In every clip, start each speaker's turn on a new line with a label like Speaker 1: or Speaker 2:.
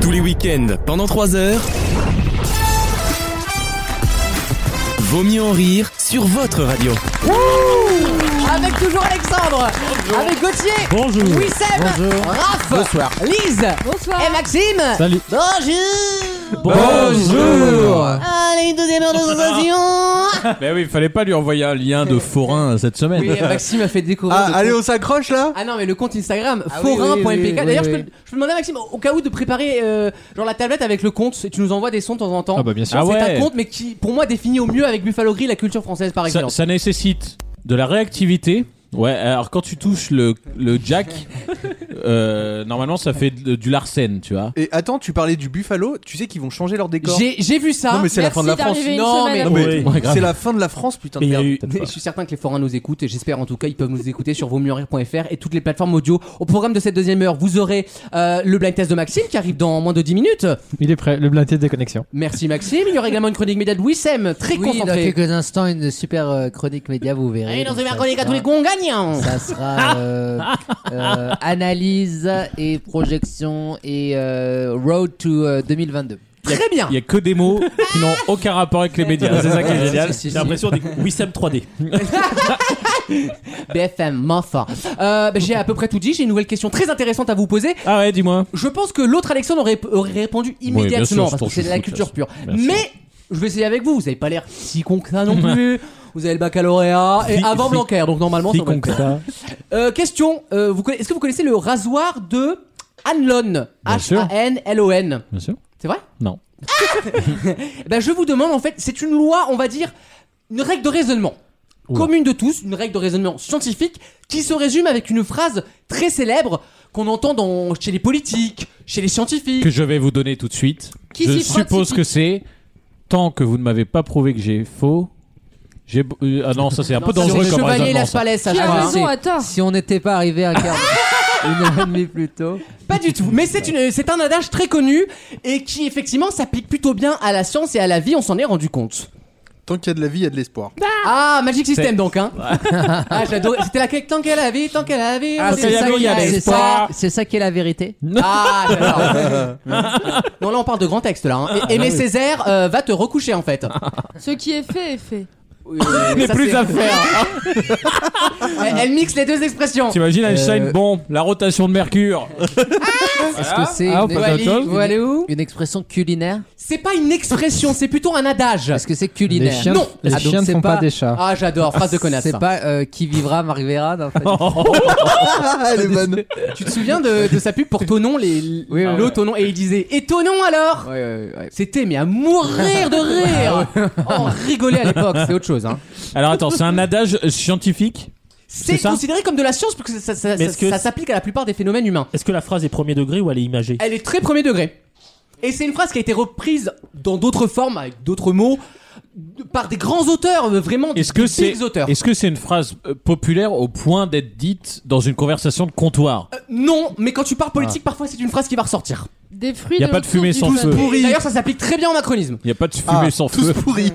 Speaker 1: Tous les week-ends, pendant 3 heures. Vaut mieux en rire sur votre radio.
Speaker 2: Avec toujours Alexandre, avec Gauthier,
Speaker 3: Bonjour.
Speaker 2: Wissem,
Speaker 3: Bonjour.
Speaker 2: Raph, Lise et Maxime.
Speaker 3: Salut.
Speaker 2: Bonjour.
Speaker 3: Bonjour.
Speaker 2: Allez, une deuxième heure de sensation.
Speaker 3: Mais Ben oui, il fallait pas lui envoyer un lien de forain cette semaine.
Speaker 2: Oui, Maxime a fait découvrir.
Speaker 4: Ah,
Speaker 2: le
Speaker 4: allez,
Speaker 2: compte-
Speaker 4: on s'accroche là
Speaker 2: Ah non, mais le compte Instagram
Speaker 4: Ah oui,
Speaker 2: forain.mpk.
Speaker 4: oui, oui, oui,
Speaker 2: D'ailleurs,
Speaker 4: oui,
Speaker 2: je,
Speaker 4: oui.
Speaker 2: peux, je peux demander à Maxime, au cas où, de préparer euh, genre la tablette avec le compte. Et tu nous envoies des sons de temps en temps.
Speaker 5: Ah bah bien sûr.
Speaker 3: Ah ouais.
Speaker 2: C'est un compte, mais qui, pour moi, définit au mieux avec Buffalo Grill la culture française par
Speaker 3: Ça,
Speaker 2: excellence.
Speaker 3: ça nécessite de la réactivité. Ouais, alors quand tu touches le, le jack, euh, normalement ça fait de- du Larsen, tu vois.
Speaker 4: Et attends, tu parlais du Buffalo, tu sais qu'ils vont changer leur décor
Speaker 2: J'ai j'ai vu ça.
Speaker 4: Non, mais c'est la
Speaker 2: Merci
Speaker 4: fin de la France.
Speaker 2: d'arriver une
Speaker 6: Non,
Speaker 2: semaine
Speaker 6: mais-
Speaker 4: Non,
Speaker 2: après.
Speaker 4: mais
Speaker 3: Ouais, grave.
Speaker 4: c'est la fin de la France, putain de
Speaker 3: Il y a
Speaker 4: merde.
Speaker 3: eu-
Speaker 2: Mais Je suis certain que les forains nous écoutent et j'espère en tout cas ils peuvent nous écouter sur vosmieuxenrire.fr et toutes les plateformes audio. Au programme de cette deuxième heure, vous aurez euh, le blind test de Maxime qui arrive dans moins de 10 minutes.
Speaker 5: Il est prêt, le blindé des connexions.
Speaker 2: Merci Maxime. Il y aura également une chronique média de Wissem, très
Speaker 7: Oui, dans
Speaker 2: concentrée.
Speaker 7: quelques instants, une super euh, chronique média, vous verrez.
Speaker 2: Allez, dans
Speaker 7: Donc,
Speaker 2: une
Speaker 7: ça
Speaker 2: chronique à tous
Speaker 7: sera-
Speaker 2: les cons gagnants.
Speaker 7: Ça sera euh, euh, analyse et projection et euh, road to euh, 2022.
Speaker 2: Très bien.
Speaker 3: Il y a que des mots qui n'ont aucun rapport avec les médias.
Speaker 8: C'est ça qui est génial.
Speaker 7: Si, si,
Speaker 8: J'ai
Speaker 7: si.
Speaker 8: l'impression des Wissem 3D.
Speaker 2: BFM, m'enfin. Euh, bah, j'ai à peu près tout dit. J'ai une nouvelle question très intéressante à vous poser.
Speaker 3: Ah ouais, dis-moi.
Speaker 2: Je pense que l'autre Alexandre aurait, aurait répondu immédiatement
Speaker 3: bien sûr, je
Speaker 2: parce
Speaker 3: t'en
Speaker 2: que c'est de la
Speaker 3: fous,
Speaker 2: culture pure.
Speaker 3: Bien sûr.
Speaker 2: Mais je vais essayer avec vous. Vous avez pas l'air si con que ça non plus. Vous avez le baccalauréat et
Speaker 3: Si-
Speaker 2: avant
Speaker 3: si-
Speaker 2: Blanquer, donc normalement. ça
Speaker 3: Si
Speaker 2: va
Speaker 3: con
Speaker 2: être
Speaker 3: que ça.
Speaker 2: Euh, question, euh, vous conna- est-ce que vous connaissez le rasoir de Hanlon
Speaker 3: Bien sûr.
Speaker 2: H-A-N-L-O-N.
Speaker 3: Bien sûr.
Speaker 2: C'est vrai
Speaker 3: Non.
Speaker 2: Eh ben, je vous demande, en fait, c'est une loi, on va dire, une règle de raisonnement.
Speaker 3: Oula.
Speaker 2: Commune de tous, une règle de raisonnement scientifique qui se résume avec une phrase très célèbre qu'on entend dans, chez les politiques, chez les scientifiques.
Speaker 3: Que je vais vous donner tout de suite.
Speaker 6: Qui
Speaker 3: je
Speaker 6: s'y frotte,
Speaker 3: suppose
Speaker 6: s'y
Speaker 3: que c'est tant que vous ne m'avez pas prouvé que j'ai faux. J'ai beau- euh, ah non, ça c'est un
Speaker 2: Non,
Speaker 3: peu
Speaker 2: ça, c'est
Speaker 3: dangereux
Speaker 2: le
Speaker 3: comme
Speaker 2: Chevalier
Speaker 3: raisonnement.
Speaker 2: Las
Speaker 3: ça.
Speaker 2: Palais, ça,
Speaker 6: Qui
Speaker 2: je
Speaker 6: a
Speaker 2: crois, hein.
Speaker 6: raison à tort
Speaker 7: Si on n'était pas arrivé à quart une heure et demie plus tôt.
Speaker 2: Pas du tout, mais c'est une- c'est un adage très connu et qui effectivement s'applique plutôt bien à la science et à la vie, on s'en est rendu compte.
Speaker 4: Tant qu'il y a de la vie, il y a de l'espoir.
Speaker 2: Ah, Magic System donc, hein. ah, j'adorais. C'était la tant qu'elle a la vie, tant qu'elle a la vie.
Speaker 7: Ah,
Speaker 2: on
Speaker 7: c'est
Speaker 2: est-
Speaker 7: ça,
Speaker 3: Yannou, il y a
Speaker 7: c'est
Speaker 3: l'espoir.
Speaker 7: ça- c'est ça qui est la vérité.
Speaker 2: Ah, j'adore. non, là, on parle de grand texte, là. Hein. Et- Aimé Césaire euh, va te recoucher, en fait.
Speaker 6: Ce qui est fait est fait.
Speaker 3: N'est
Speaker 2: Ça,
Speaker 3: plus
Speaker 2: c'est-
Speaker 3: à faire.
Speaker 2: Elle, elle mixe les deux expressions.
Speaker 3: T'imagines Einstein,
Speaker 7: Euh,
Speaker 3: bon, la rotation de Mercure.
Speaker 7: Est-ce que c'est
Speaker 3: Ah, on
Speaker 7: une,
Speaker 3: passe à autre chose
Speaker 7: une-
Speaker 2: Vous allez où
Speaker 7: une expression culinaire
Speaker 2: C'est pas une expression, c'est plutôt un adage.
Speaker 7: Est-ce que c'est
Speaker 5: Les
Speaker 7: culinaire
Speaker 5: chiens,
Speaker 2: Non.
Speaker 5: les
Speaker 7: Ah, donc
Speaker 5: chiens ne
Speaker 7: c'est
Speaker 5: font pas,
Speaker 7: pas-
Speaker 5: des chats.
Speaker 2: Ah, j'adore, phrase de connasse.
Speaker 7: C'est pas euh, qui vivra, marguerra non, en fait.
Speaker 4: Ah, elle est bonne.
Speaker 2: Tu te souviens de, de sa pub pour Tonon, les...
Speaker 7: oui,
Speaker 2: l'eau Tonon Et il disait Et Tonon alors
Speaker 7: Ouais, ouais, ouais.
Speaker 2: C'était, mais à mourir de rire Oh, On rigolait à l'époque, c'est autre chose. Hein.
Speaker 3: Alors attends, c'est un adage euh, scientifique
Speaker 2: C'est
Speaker 3: C'est ça
Speaker 2: considéré comme de la science parce que ça, ça-
Speaker 8: Mais
Speaker 2: ça-
Speaker 8: est-ce que-
Speaker 2: ça s'applique à la plupart des phénomènes humains.
Speaker 8: Est-ce que la phrase est premier degré ou elle est imagée
Speaker 2: Elle est très premier degré. Et c'est une phrase qui a été reprise dans d'autres formes, avec d'autres mots, de- par des grands auteurs, euh, vraiment des
Speaker 3: Est-ce que
Speaker 2: des
Speaker 3: c'est
Speaker 2: bigs auteurs.
Speaker 3: est-ce que c'est une phrase euh, populaire au point d'être dite dans une conversation de comptoir
Speaker 2: Euh, non, mais quand tu parles politique, parfois c'est une phrase qui va ressortir.
Speaker 6: Des fruits
Speaker 3: Y a
Speaker 6: de
Speaker 3: pas de
Speaker 6: l'autour
Speaker 3: fumée
Speaker 6: du
Speaker 3: sans
Speaker 6: vin.
Speaker 3: feu.
Speaker 4: Pourri.
Speaker 2: D'ailleurs, ça s'applique très bien en macronisme.
Speaker 3: Il y a pas de fumée
Speaker 4: Ah,
Speaker 3: sans
Speaker 4: tous
Speaker 3: feu.
Speaker 4: pourris.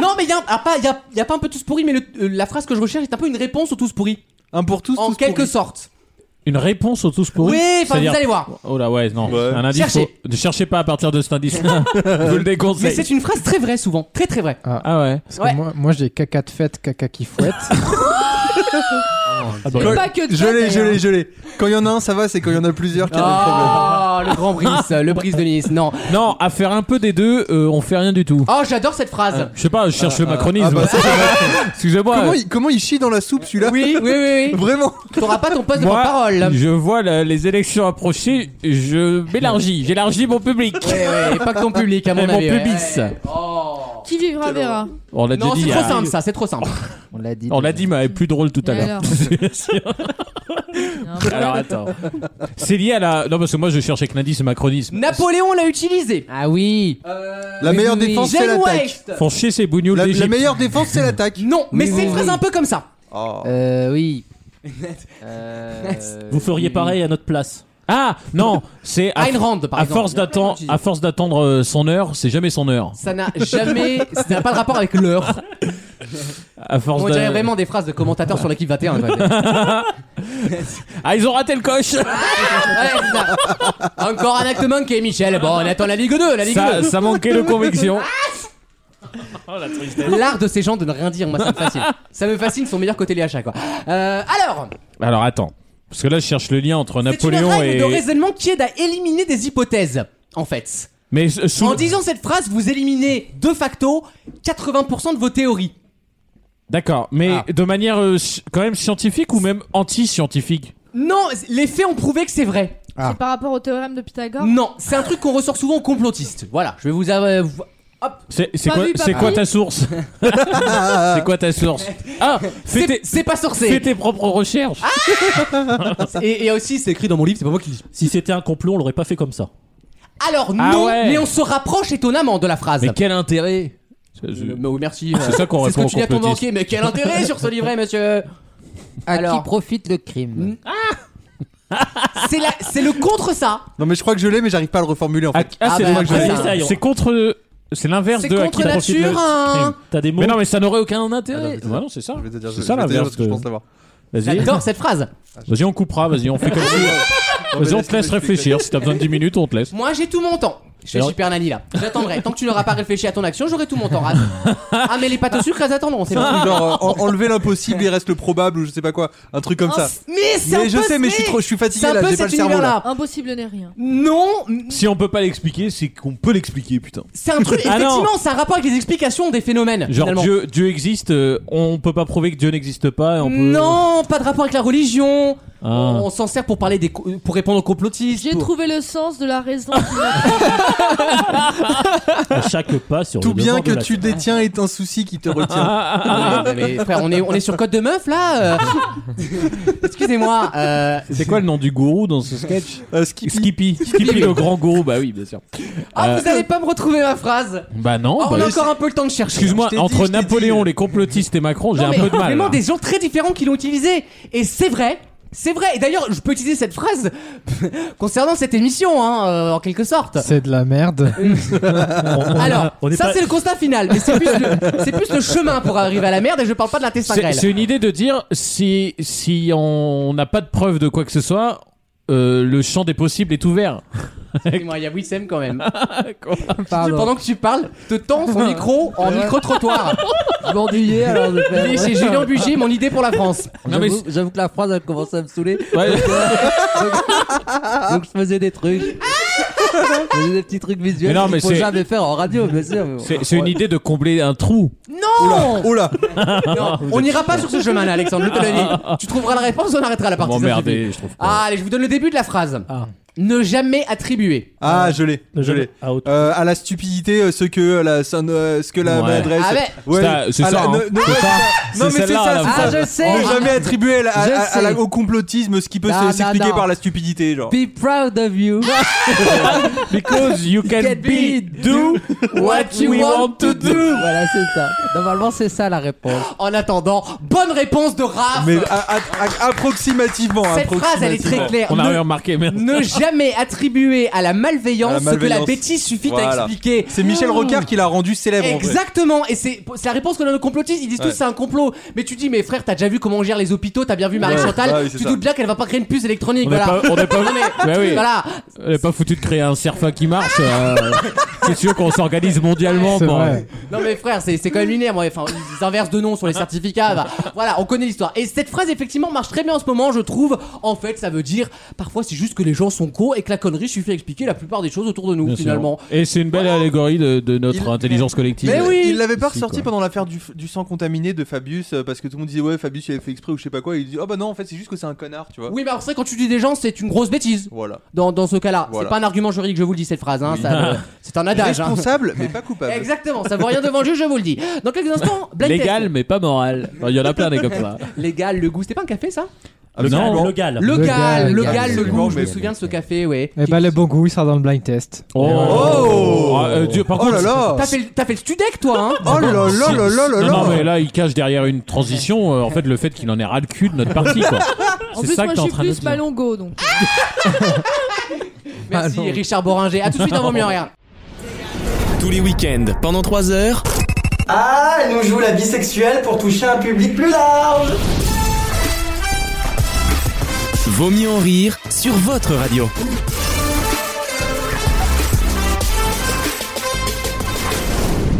Speaker 2: non, mais il y a, ah, pas- y a- y a pas un peu tous pourris, mais le- euh, la phrase que je recherche est un peu une réponse au tous pourris,
Speaker 4: Un pour tous,
Speaker 2: en
Speaker 4: tous
Speaker 2: quelque
Speaker 4: pourris.
Speaker 2: sorte.
Speaker 3: Une réponse au tous pourris
Speaker 2: Oui, enfin, vous
Speaker 3: C'est-à-dire-
Speaker 2: allez voir.
Speaker 3: Oh là ouais, non.
Speaker 4: Ouais.
Speaker 3: Un indice.
Speaker 2: Cherchez.
Speaker 3: faut- Ne cherchez pas à partir de cet indice. Je vous le
Speaker 2: Mais
Speaker 3: déconseille.
Speaker 2: c'est une phrase très vraie, souvent, très très vraie.
Speaker 3: Ah ouais.
Speaker 5: Parce
Speaker 2: Ouais.
Speaker 5: que moi, moi j'ai caca de fête, caca qui fouette.
Speaker 2: Ah
Speaker 6: Et
Speaker 4: Quand-
Speaker 6: pas que de
Speaker 4: Je
Speaker 6: toi,
Speaker 4: l'ai, je
Speaker 6: d'ailleurs.
Speaker 4: l'ai, je l'ai. Quand il y en a un, ça va, c'est quand il y en a plusieurs qu'il y a des problèmes.
Speaker 2: Oh, le grand Brice, le Brice de Nice, non.
Speaker 3: Non, à faire un peu des deux, euh, on fait rien du tout.
Speaker 2: Oh, j'adore cette phrase.
Speaker 3: Je sais pas, je cherche le macronisme.
Speaker 4: ah bah, ça, c'est
Speaker 3: Excusez-moi.
Speaker 4: Comment il, comment il chie dans la soupe celui-là
Speaker 2: Oui, oui, oui, oui.
Speaker 4: Vraiment
Speaker 2: T'auras pas ton poste de
Speaker 3: Moi,
Speaker 2: parole.
Speaker 3: Je vois la- les élections approcher, je m'élargis, j'élargis mon public.
Speaker 2: Ouais, ouais, pas que ton public, à mon
Speaker 3: Et mon
Speaker 2: avis. ouais.
Speaker 3: pubis.
Speaker 2: Ouais.
Speaker 6: Qui vivra verra.
Speaker 3: On l'a déjà
Speaker 2: Non,
Speaker 3: dit.
Speaker 2: c'est trop
Speaker 3: hein.
Speaker 2: simple, ça, c'est trop simple.
Speaker 7: On l'a dit.
Speaker 3: On l'a dit, mais elle est plus drôle tout à
Speaker 6: Et
Speaker 3: l'heure.
Speaker 6: alors
Speaker 3: Alors attends. C'est lié à la. Non, parce que moi je cherchais que l'indice macronisme.
Speaker 2: Napoléon l'a utilisé.
Speaker 7: Ah oui
Speaker 4: La meilleure
Speaker 7: oui, oui.
Speaker 4: défense, c'est
Speaker 2: Jane
Speaker 4: l'attaque.
Speaker 2: West.
Speaker 3: Font chier ces bougnoules
Speaker 4: La, la
Speaker 3: d'Égypte.
Speaker 4: meilleure défense, c'est l'attaque.
Speaker 2: Non, mais
Speaker 7: Oui,
Speaker 2: c'est une
Speaker 7: oui,
Speaker 2: phrase
Speaker 7: oui.
Speaker 2: un peu comme ça.
Speaker 4: Oh.
Speaker 7: Euh, oui. Euh,
Speaker 2: Euh,
Speaker 8: Vous feriez pareil à notre place.
Speaker 3: Ah non, c'est Euh, à,
Speaker 2: Ayn Rand, par
Speaker 3: à
Speaker 2: exemple.
Speaker 3: force d'attendre, à force d'attendre euh, son heure, c'est jamais son heure.
Speaker 2: Ça n'a jamais. Ça n'a pas de rapport avec l'heure.
Speaker 3: À force
Speaker 2: On
Speaker 3: de-
Speaker 2: dirait vraiment des phrases de commentateurs sur l'équipe 21. quoi.
Speaker 3: Ah, ils ont raté le coche
Speaker 2: Ouais, c'est ça. Encore un acte manqué, Michel. Bon, on attend la Ligue 2, la Ligue
Speaker 3: ça, ça manquait de conviction.
Speaker 2: deux. L'art de ces gens de ne rien dire, moi, ça me fascine. ça me fascine son meilleur côté les achats, quoi. Euh, alors,
Speaker 3: Alors attends. Parce que là, je cherche le lien entre
Speaker 2: c'est une
Speaker 3: Napoléon
Speaker 2: règle de
Speaker 3: et.
Speaker 2: raisonnement qui aide à éliminer des hypothèses, en fait.
Speaker 3: Mais euh, sous-
Speaker 2: En disant cette phrase, vous éliminez de facto 80% de vos théories.
Speaker 3: D'accord, mais
Speaker 2: Ah.
Speaker 3: de manière euh, sci- quand même scientifique ou même anti-scientifique
Speaker 2: Non, les faits ont prouvé que c'est vrai.
Speaker 4: Ah.
Speaker 6: C'est par rapport au théorème de Pythagore
Speaker 2: Non, c'est un truc qu'on ressort souvent aux complotistes. Voilà, je vais vous. av- euh, vous-
Speaker 3: C'est c'est
Speaker 6: Pas
Speaker 3: quoi,
Speaker 6: vu, pas
Speaker 3: c'est quoi
Speaker 6: pris.
Speaker 3: ta source C'est quoi ta source Ah, fais
Speaker 2: C'est
Speaker 3: tes,
Speaker 2: c'est pas
Speaker 3: fais
Speaker 2: sorcier.
Speaker 3: tes propres recherches.
Speaker 2: Ah. Et, et aussi, c'est écrit dans mon livre, c'est pas moi qui le dis.
Speaker 8: Si c'était un complot, on l'aurait pas fait comme ça.
Speaker 2: Alors
Speaker 3: Ah
Speaker 2: non,
Speaker 3: ouais.
Speaker 2: mais on se rapproche étonnamment de la phrase.
Speaker 3: mais quel intérêt
Speaker 2: Euh, mais oui, merci.
Speaker 3: C'est ça qu'on
Speaker 2: C'est ce que
Speaker 3: répond
Speaker 2: tu dis à
Speaker 3: aux
Speaker 2: ton
Speaker 3: complotistes.
Speaker 2: banquier, mais quel intérêt sur ce livret, monsieur
Speaker 7: À
Speaker 2: Alors.
Speaker 7: qui profite le crime
Speaker 2: C'est la- c'est le contre ça.
Speaker 4: Non, mais je crois que je l'ai, mais j'arrive pas à le reformuler en
Speaker 3: Ah,
Speaker 4: fait.
Speaker 3: ah,
Speaker 2: Ah
Speaker 3: c'est
Speaker 2: bah,
Speaker 3: le-
Speaker 2: après,
Speaker 3: c'est-
Speaker 8: ça y est.
Speaker 3: C'est contre. C'est l'inverse
Speaker 2: C'est
Speaker 3: de à
Speaker 2: contre
Speaker 3: qui profite le
Speaker 2: nature, hein.
Speaker 3: crime.
Speaker 8: T'as des mots
Speaker 3: Mais non, mais ça n'aurait aucun
Speaker 4: Ah non,
Speaker 3: intérêt.
Speaker 4: mais c'est-
Speaker 3: Bah non, c'est ça.
Speaker 4: Je vais te dire,
Speaker 3: C'est
Speaker 4: je-
Speaker 3: ça,
Speaker 4: je vais te dire
Speaker 3: l'inverse
Speaker 4: parce que
Speaker 3: de-
Speaker 4: je pense l'avoir.
Speaker 3: Vas-y,
Speaker 2: J'adore cette phrase.
Speaker 3: vas-y, on coupera. Vas-y, on fait comme ça.
Speaker 4: Non, mais
Speaker 3: Vas-y, on te
Speaker 4: laisse-moi
Speaker 3: laisse
Speaker 4: expliquer.
Speaker 3: réfléchir. Si t'as besoin de 10 minutes, on te laisse.
Speaker 2: Moi, j'ai tout mon temps. Je suis
Speaker 3: Alors-
Speaker 2: super nani là. J'attendrai. Tant que tu n'auras pas réfléchi à ton action, j'aurai tout mon temps. Raz. Ah, mais les pâtes au sucre, elles attendront. C'est bon.
Speaker 4: Genre, euh, en- enlever l'impossible, il reste le probable ou je sais pas quoi. Un truc comme ça.
Speaker 2: Mais c'est
Speaker 4: Mais
Speaker 2: un
Speaker 4: je
Speaker 2: peu
Speaker 4: sais, mais je suis
Speaker 2: ce-
Speaker 4: trop, je suis
Speaker 2: C'est
Speaker 4: fatigué
Speaker 2: un
Speaker 4: là,
Speaker 2: peu
Speaker 4: j'ai pas le
Speaker 2: cet
Speaker 4: cerveau là.
Speaker 2: univers-là.
Speaker 6: Impossible n'est rien.
Speaker 2: Non,
Speaker 3: Si on peut pas l'expliquer, c'est qu'on peut l'expliquer, putain.
Speaker 2: c'est un truc.
Speaker 3: Ah non.
Speaker 2: effectivement, c'est un rapport avec les explications des phénomènes.
Speaker 3: Genre
Speaker 2: finalement.
Speaker 3: Dieu, Dieu existe, euh, on peut pas prouver que Dieu n'existe pas. et On peut...
Speaker 2: Non, pas de rapport avec la religion.
Speaker 3: Ah.
Speaker 2: On, on s'en sert pour parler des, co- pour répondre aux complotistes.
Speaker 6: J'ai
Speaker 2: pour-
Speaker 6: trouvé le sens de la raison.
Speaker 3: Mm.
Speaker 8: à chaque pas sur
Speaker 4: Tout
Speaker 8: le
Speaker 4: bien
Speaker 8: devant de
Speaker 4: que
Speaker 8: la-
Speaker 4: tu détiens est un souci qui te retient.
Speaker 2: Ah, mais, mais, frère, on est, on est sur code de meuf là. euh. Excusez-moi. euh,
Speaker 3: C'est quoi le nom du gourou dans ce sketch
Speaker 4: Euh, Skippy.
Speaker 3: Skippy. Skippy le grand gourou, bah oui, bien sûr.
Speaker 2: Ah,
Speaker 3: Euh,
Speaker 2: vous allez pas me retrouver ma phrase.
Speaker 3: Bah non,
Speaker 2: Oh,
Speaker 3: bah
Speaker 2: on a
Speaker 3: oui.
Speaker 2: encore un peu le temps de chercher.
Speaker 3: excuse-moi,
Speaker 4: Je t'ai dit,
Speaker 3: entre
Speaker 4: je t'ai
Speaker 3: Napoléon,
Speaker 4: dit.
Speaker 3: les complotistes et Macron, j'ai
Speaker 2: Non,
Speaker 3: un
Speaker 2: mais
Speaker 3: peu de mal. hein.
Speaker 2: Vraiment
Speaker 3: là.
Speaker 2: des gens très différents qui l'ont utilisé. Et c'est vrai. C'est vrai. Et d'ailleurs, je peux utiliser cette phrase concernant cette émission, hein, euh, en quelque sorte.
Speaker 5: C'est de la merde.
Speaker 8: On- on-
Speaker 2: Alors,
Speaker 8: on est
Speaker 2: ça
Speaker 8: pas-
Speaker 2: c'est le constat final, mais c'est plus, le- c'est plus le chemin pour arriver à la merde et je parle pas de l'intestin
Speaker 3: C'est
Speaker 2: grêle.
Speaker 3: c'est une idée de dire si, si on n'a pas de preuve de quoi que ce soit, euh, le champ des possibles est ouvert.
Speaker 2: Excuse-moi, il y a Wissem quand même.
Speaker 7: Pardon.
Speaker 2: Pendant que tu parles, te tends son micro en micro-trottoir.
Speaker 7: Je m'ennuyais alors de faire-
Speaker 2: Il est chez Julien Bugier, mon idée pour la France.
Speaker 3: Non, mais
Speaker 7: J'avoue- J'avoue que la phrase elle commençait à me saouler.
Speaker 3: Ouais.
Speaker 7: Donc je faisais des trucs.
Speaker 6: Ah
Speaker 7: je faisais des petits trucs visuels
Speaker 3: Mais non, mais
Speaker 7: qu'il faut
Speaker 3: c'est-
Speaker 7: jamais faire en radio, bien sûr. mais bon.
Speaker 3: C'est c'est une idée de combler un trou.
Speaker 2: Non
Speaker 4: Oh là
Speaker 2: Non, on n'ira pas sur ce chemin là, Alexandre, je te le dis. Tu trouveras la réponse, on arrêtera la partie. ça suffit.
Speaker 3: M'emmerder, Ah. je trouve.
Speaker 2: Ah, allez, je vous donne le début de la phrase. Ne jamais attribuer.
Speaker 4: Ah, je l'ai.
Speaker 8: de-
Speaker 4: Je l'ai.
Speaker 8: à haute-
Speaker 4: Euh, à la stupidité, euh, ce que euh, la, son- euh, ce que la
Speaker 3: Ouais.
Speaker 4: maladresse-
Speaker 2: Ah ouais.
Speaker 4: Ouais.
Speaker 3: Ça, c'est
Speaker 4: À la-
Speaker 3: ça, hein.
Speaker 4: ne- ne-
Speaker 3: C'est ça.
Speaker 4: non, mais c'est
Speaker 3: celle-là,
Speaker 4: ça,
Speaker 3: la
Speaker 4: c'est
Speaker 7: Ah,
Speaker 3: phrase.
Speaker 7: je sais
Speaker 4: Ne jamais attribuer à la- à-
Speaker 7: Je
Speaker 4: à- à la-
Speaker 7: sais.
Speaker 4: au complotisme ce qui peut
Speaker 7: Non,
Speaker 4: se-
Speaker 7: non,
Speaker 4: s'expliquer
Speaker 7: non.
Speaker 4: par la stupidité, genre.
Speaker 7: Be proud of you.
Speaker 3: Because you can,
Speaker 7: can
Speaker 3: be,
Speaker 7: be
Speaker 3: do what you want to do.
Speaker 7: Voilà, c'est ça. Normalement, c'est ça la réponse.
Speaker 2: En attendant, bonne réponse de Raph.
Speaker 4: Mais à- à- à- approximativement.
Speaker 2: Cette phrase, elle est très claire.
Speaker 3: On a
Speaker 2: Ne-
Speaker 3: rien remarqué, merde.
Speaker 2: Ne jamais attribuer à la malveillance,
Speaker 4: À la
Speaker 2: ce que la
Speaker 4: malveillance.
Speaker 2: bêtise suffit à
Speaker 4: Voilà.
Speaker 2: expliquer.
Speaker 4: C'est Michel Rocard qui l'a rendu célèbre. en vrai.
Speaker 2: Exactement, et c'est c'est la réponse que donnent nos complotistes. Ils disent
Speaker 4: Ouais.
Speaker 2: tous c'est un complot, mais tu dis, mais frère, t'as déjà vu comment on gère les hôpitaux, t'as bien vu Marie
Speaker 4: Ouais,
Speaker 2: Chantal,
Speaker 4: bah oui, c'est
Speaker 2: tu
Speaker 4: ça.
Speaker 2: doutes bien qu'elle va pas créer une puce électronique.
Speaker 3: On n'est
Speaker 2: voilà.
Speaker 3: pas, on n'est pas,
Speaker 2: Non, mais-
Speaker 3: Ouais, oui.
Speaker 2: Voilà,
Speaker 3: on n'est pas foutu de créer un serfa qui marche. euh, c'est sûr qu'on s'organise mondialement.
Speaker 5: C'est
Speaker 3: pour-
Speaker 5: vrai.
Speaker 2: non mais frère, c'est c'est quand même lunaire. moi. Enfin, ils inversent de nom sur les certificats. bah, voilà, on connaît l'histoire. Et cette phrase effectivement marche très bien en ce moment, je trouve. En fait, ça veut dire parfois c'est juste que les gens sont cons et que la connerie suffit à expliquer la plupart des choses autour de nous
Speaker 3: Bien sûr.
Speaker 2: finalement.
Speaker 3: Et c'est une belle allégorie de, de notre
Speaker 4: Il-
Speaker 3: intelligence collective.
Speaker 2: Mais oui.
Speaker 4: Il l'avait pas
Speaker 3: Si,
Speaker 4: ressorti
Speaker 3: quoi.
Speaker 4: pendant l'affaire du, du sang contaminé de Fabius euh, parce que tout le monde disait ouais Fabius il avait fait exprès ou je sais pas quoi. Et il dit ah bah non en fait c'est juste que c'est un connard tu vois.
Speaker 2: Oui, mais après quand tu dis des gens, c'est une grosse bêtise.
Speaker 4: Voilà.
Speaker 2: Dans, dans ce cas-là,
Speaker 4: Voilà.
Speaker 2: c'est pas un argument juridique, je vous le dis cette phrase. Hein, ça, euh, c'est un adage. hein.
Speaker 4: Responsable mais pas coupable.
Speaker 2: Exactement, ça vaut rien devant le juge, je vous le dis. Dans quelques instants, blind test.
Speaker 3: Légal, mais pas moral. Enfin, Il y en a plein des comme ça. Ah,
Speaker 2: Légal, le goût. C'était pas un café ça
Speaker 4: Absolument.
Speaker 8: Le gal.
Speaker 2: Le
Speaker 5: Le
Speaker 2: gal,
Speaker 5: gal,
Speaker 2: le
Speaker 5: gal,
Speaker 2: gal, le
Speaker 4: absolument,
Speaker 2: goût. Je me
Speaker 4: mais-
Speaker 2: souviens de ce café, ouais.
Speaker 5: Et ben le bon goût, il sera dans le blind test.
Speaker 3: Oh,
Speaker 4: Oh.
Speaker 3: Ah, euh, Dieu, par
Speaker 4: Oh
Speaker 3: contre,
Speaker 4: là là.
Speaker 2: T'as fait, le- t'as fait le studec toi, hein
Speaker 4: Oh là là là là là
Speaker 3: Non,
Speaker 4: là.
Speaker 3: non, mais là, il cache derrière une transition, euh, en fait, le fait qu'il en ait ras le cul de notre parti, quoi.
Speaker 6: En
Speaker 3: C'est
Speaker 6: plus,
Speaker 3: ça
Speaker 6: moi,
Speaker 3: que t'es
Speaker 6: je
Speaker 3: en
Speaker 6: suis
Speaker 3: train de
Speaker 6: plus
Speaker 3: dire.
Speaker 6: malongo, donc.
Speaker 2: Merci
Speaker 7: Ah non.
Speaker 2: Richard Boringer. À tout de suite, on vaut mieux en rien.
Speaker 1: Tous les week-ends, pendant 3 heures.
Speaker 9: Ah, elle nous joue la bisexuelle pour toucher un public plus large
Speaker 1: Vaut mieux en rire sur votre radio.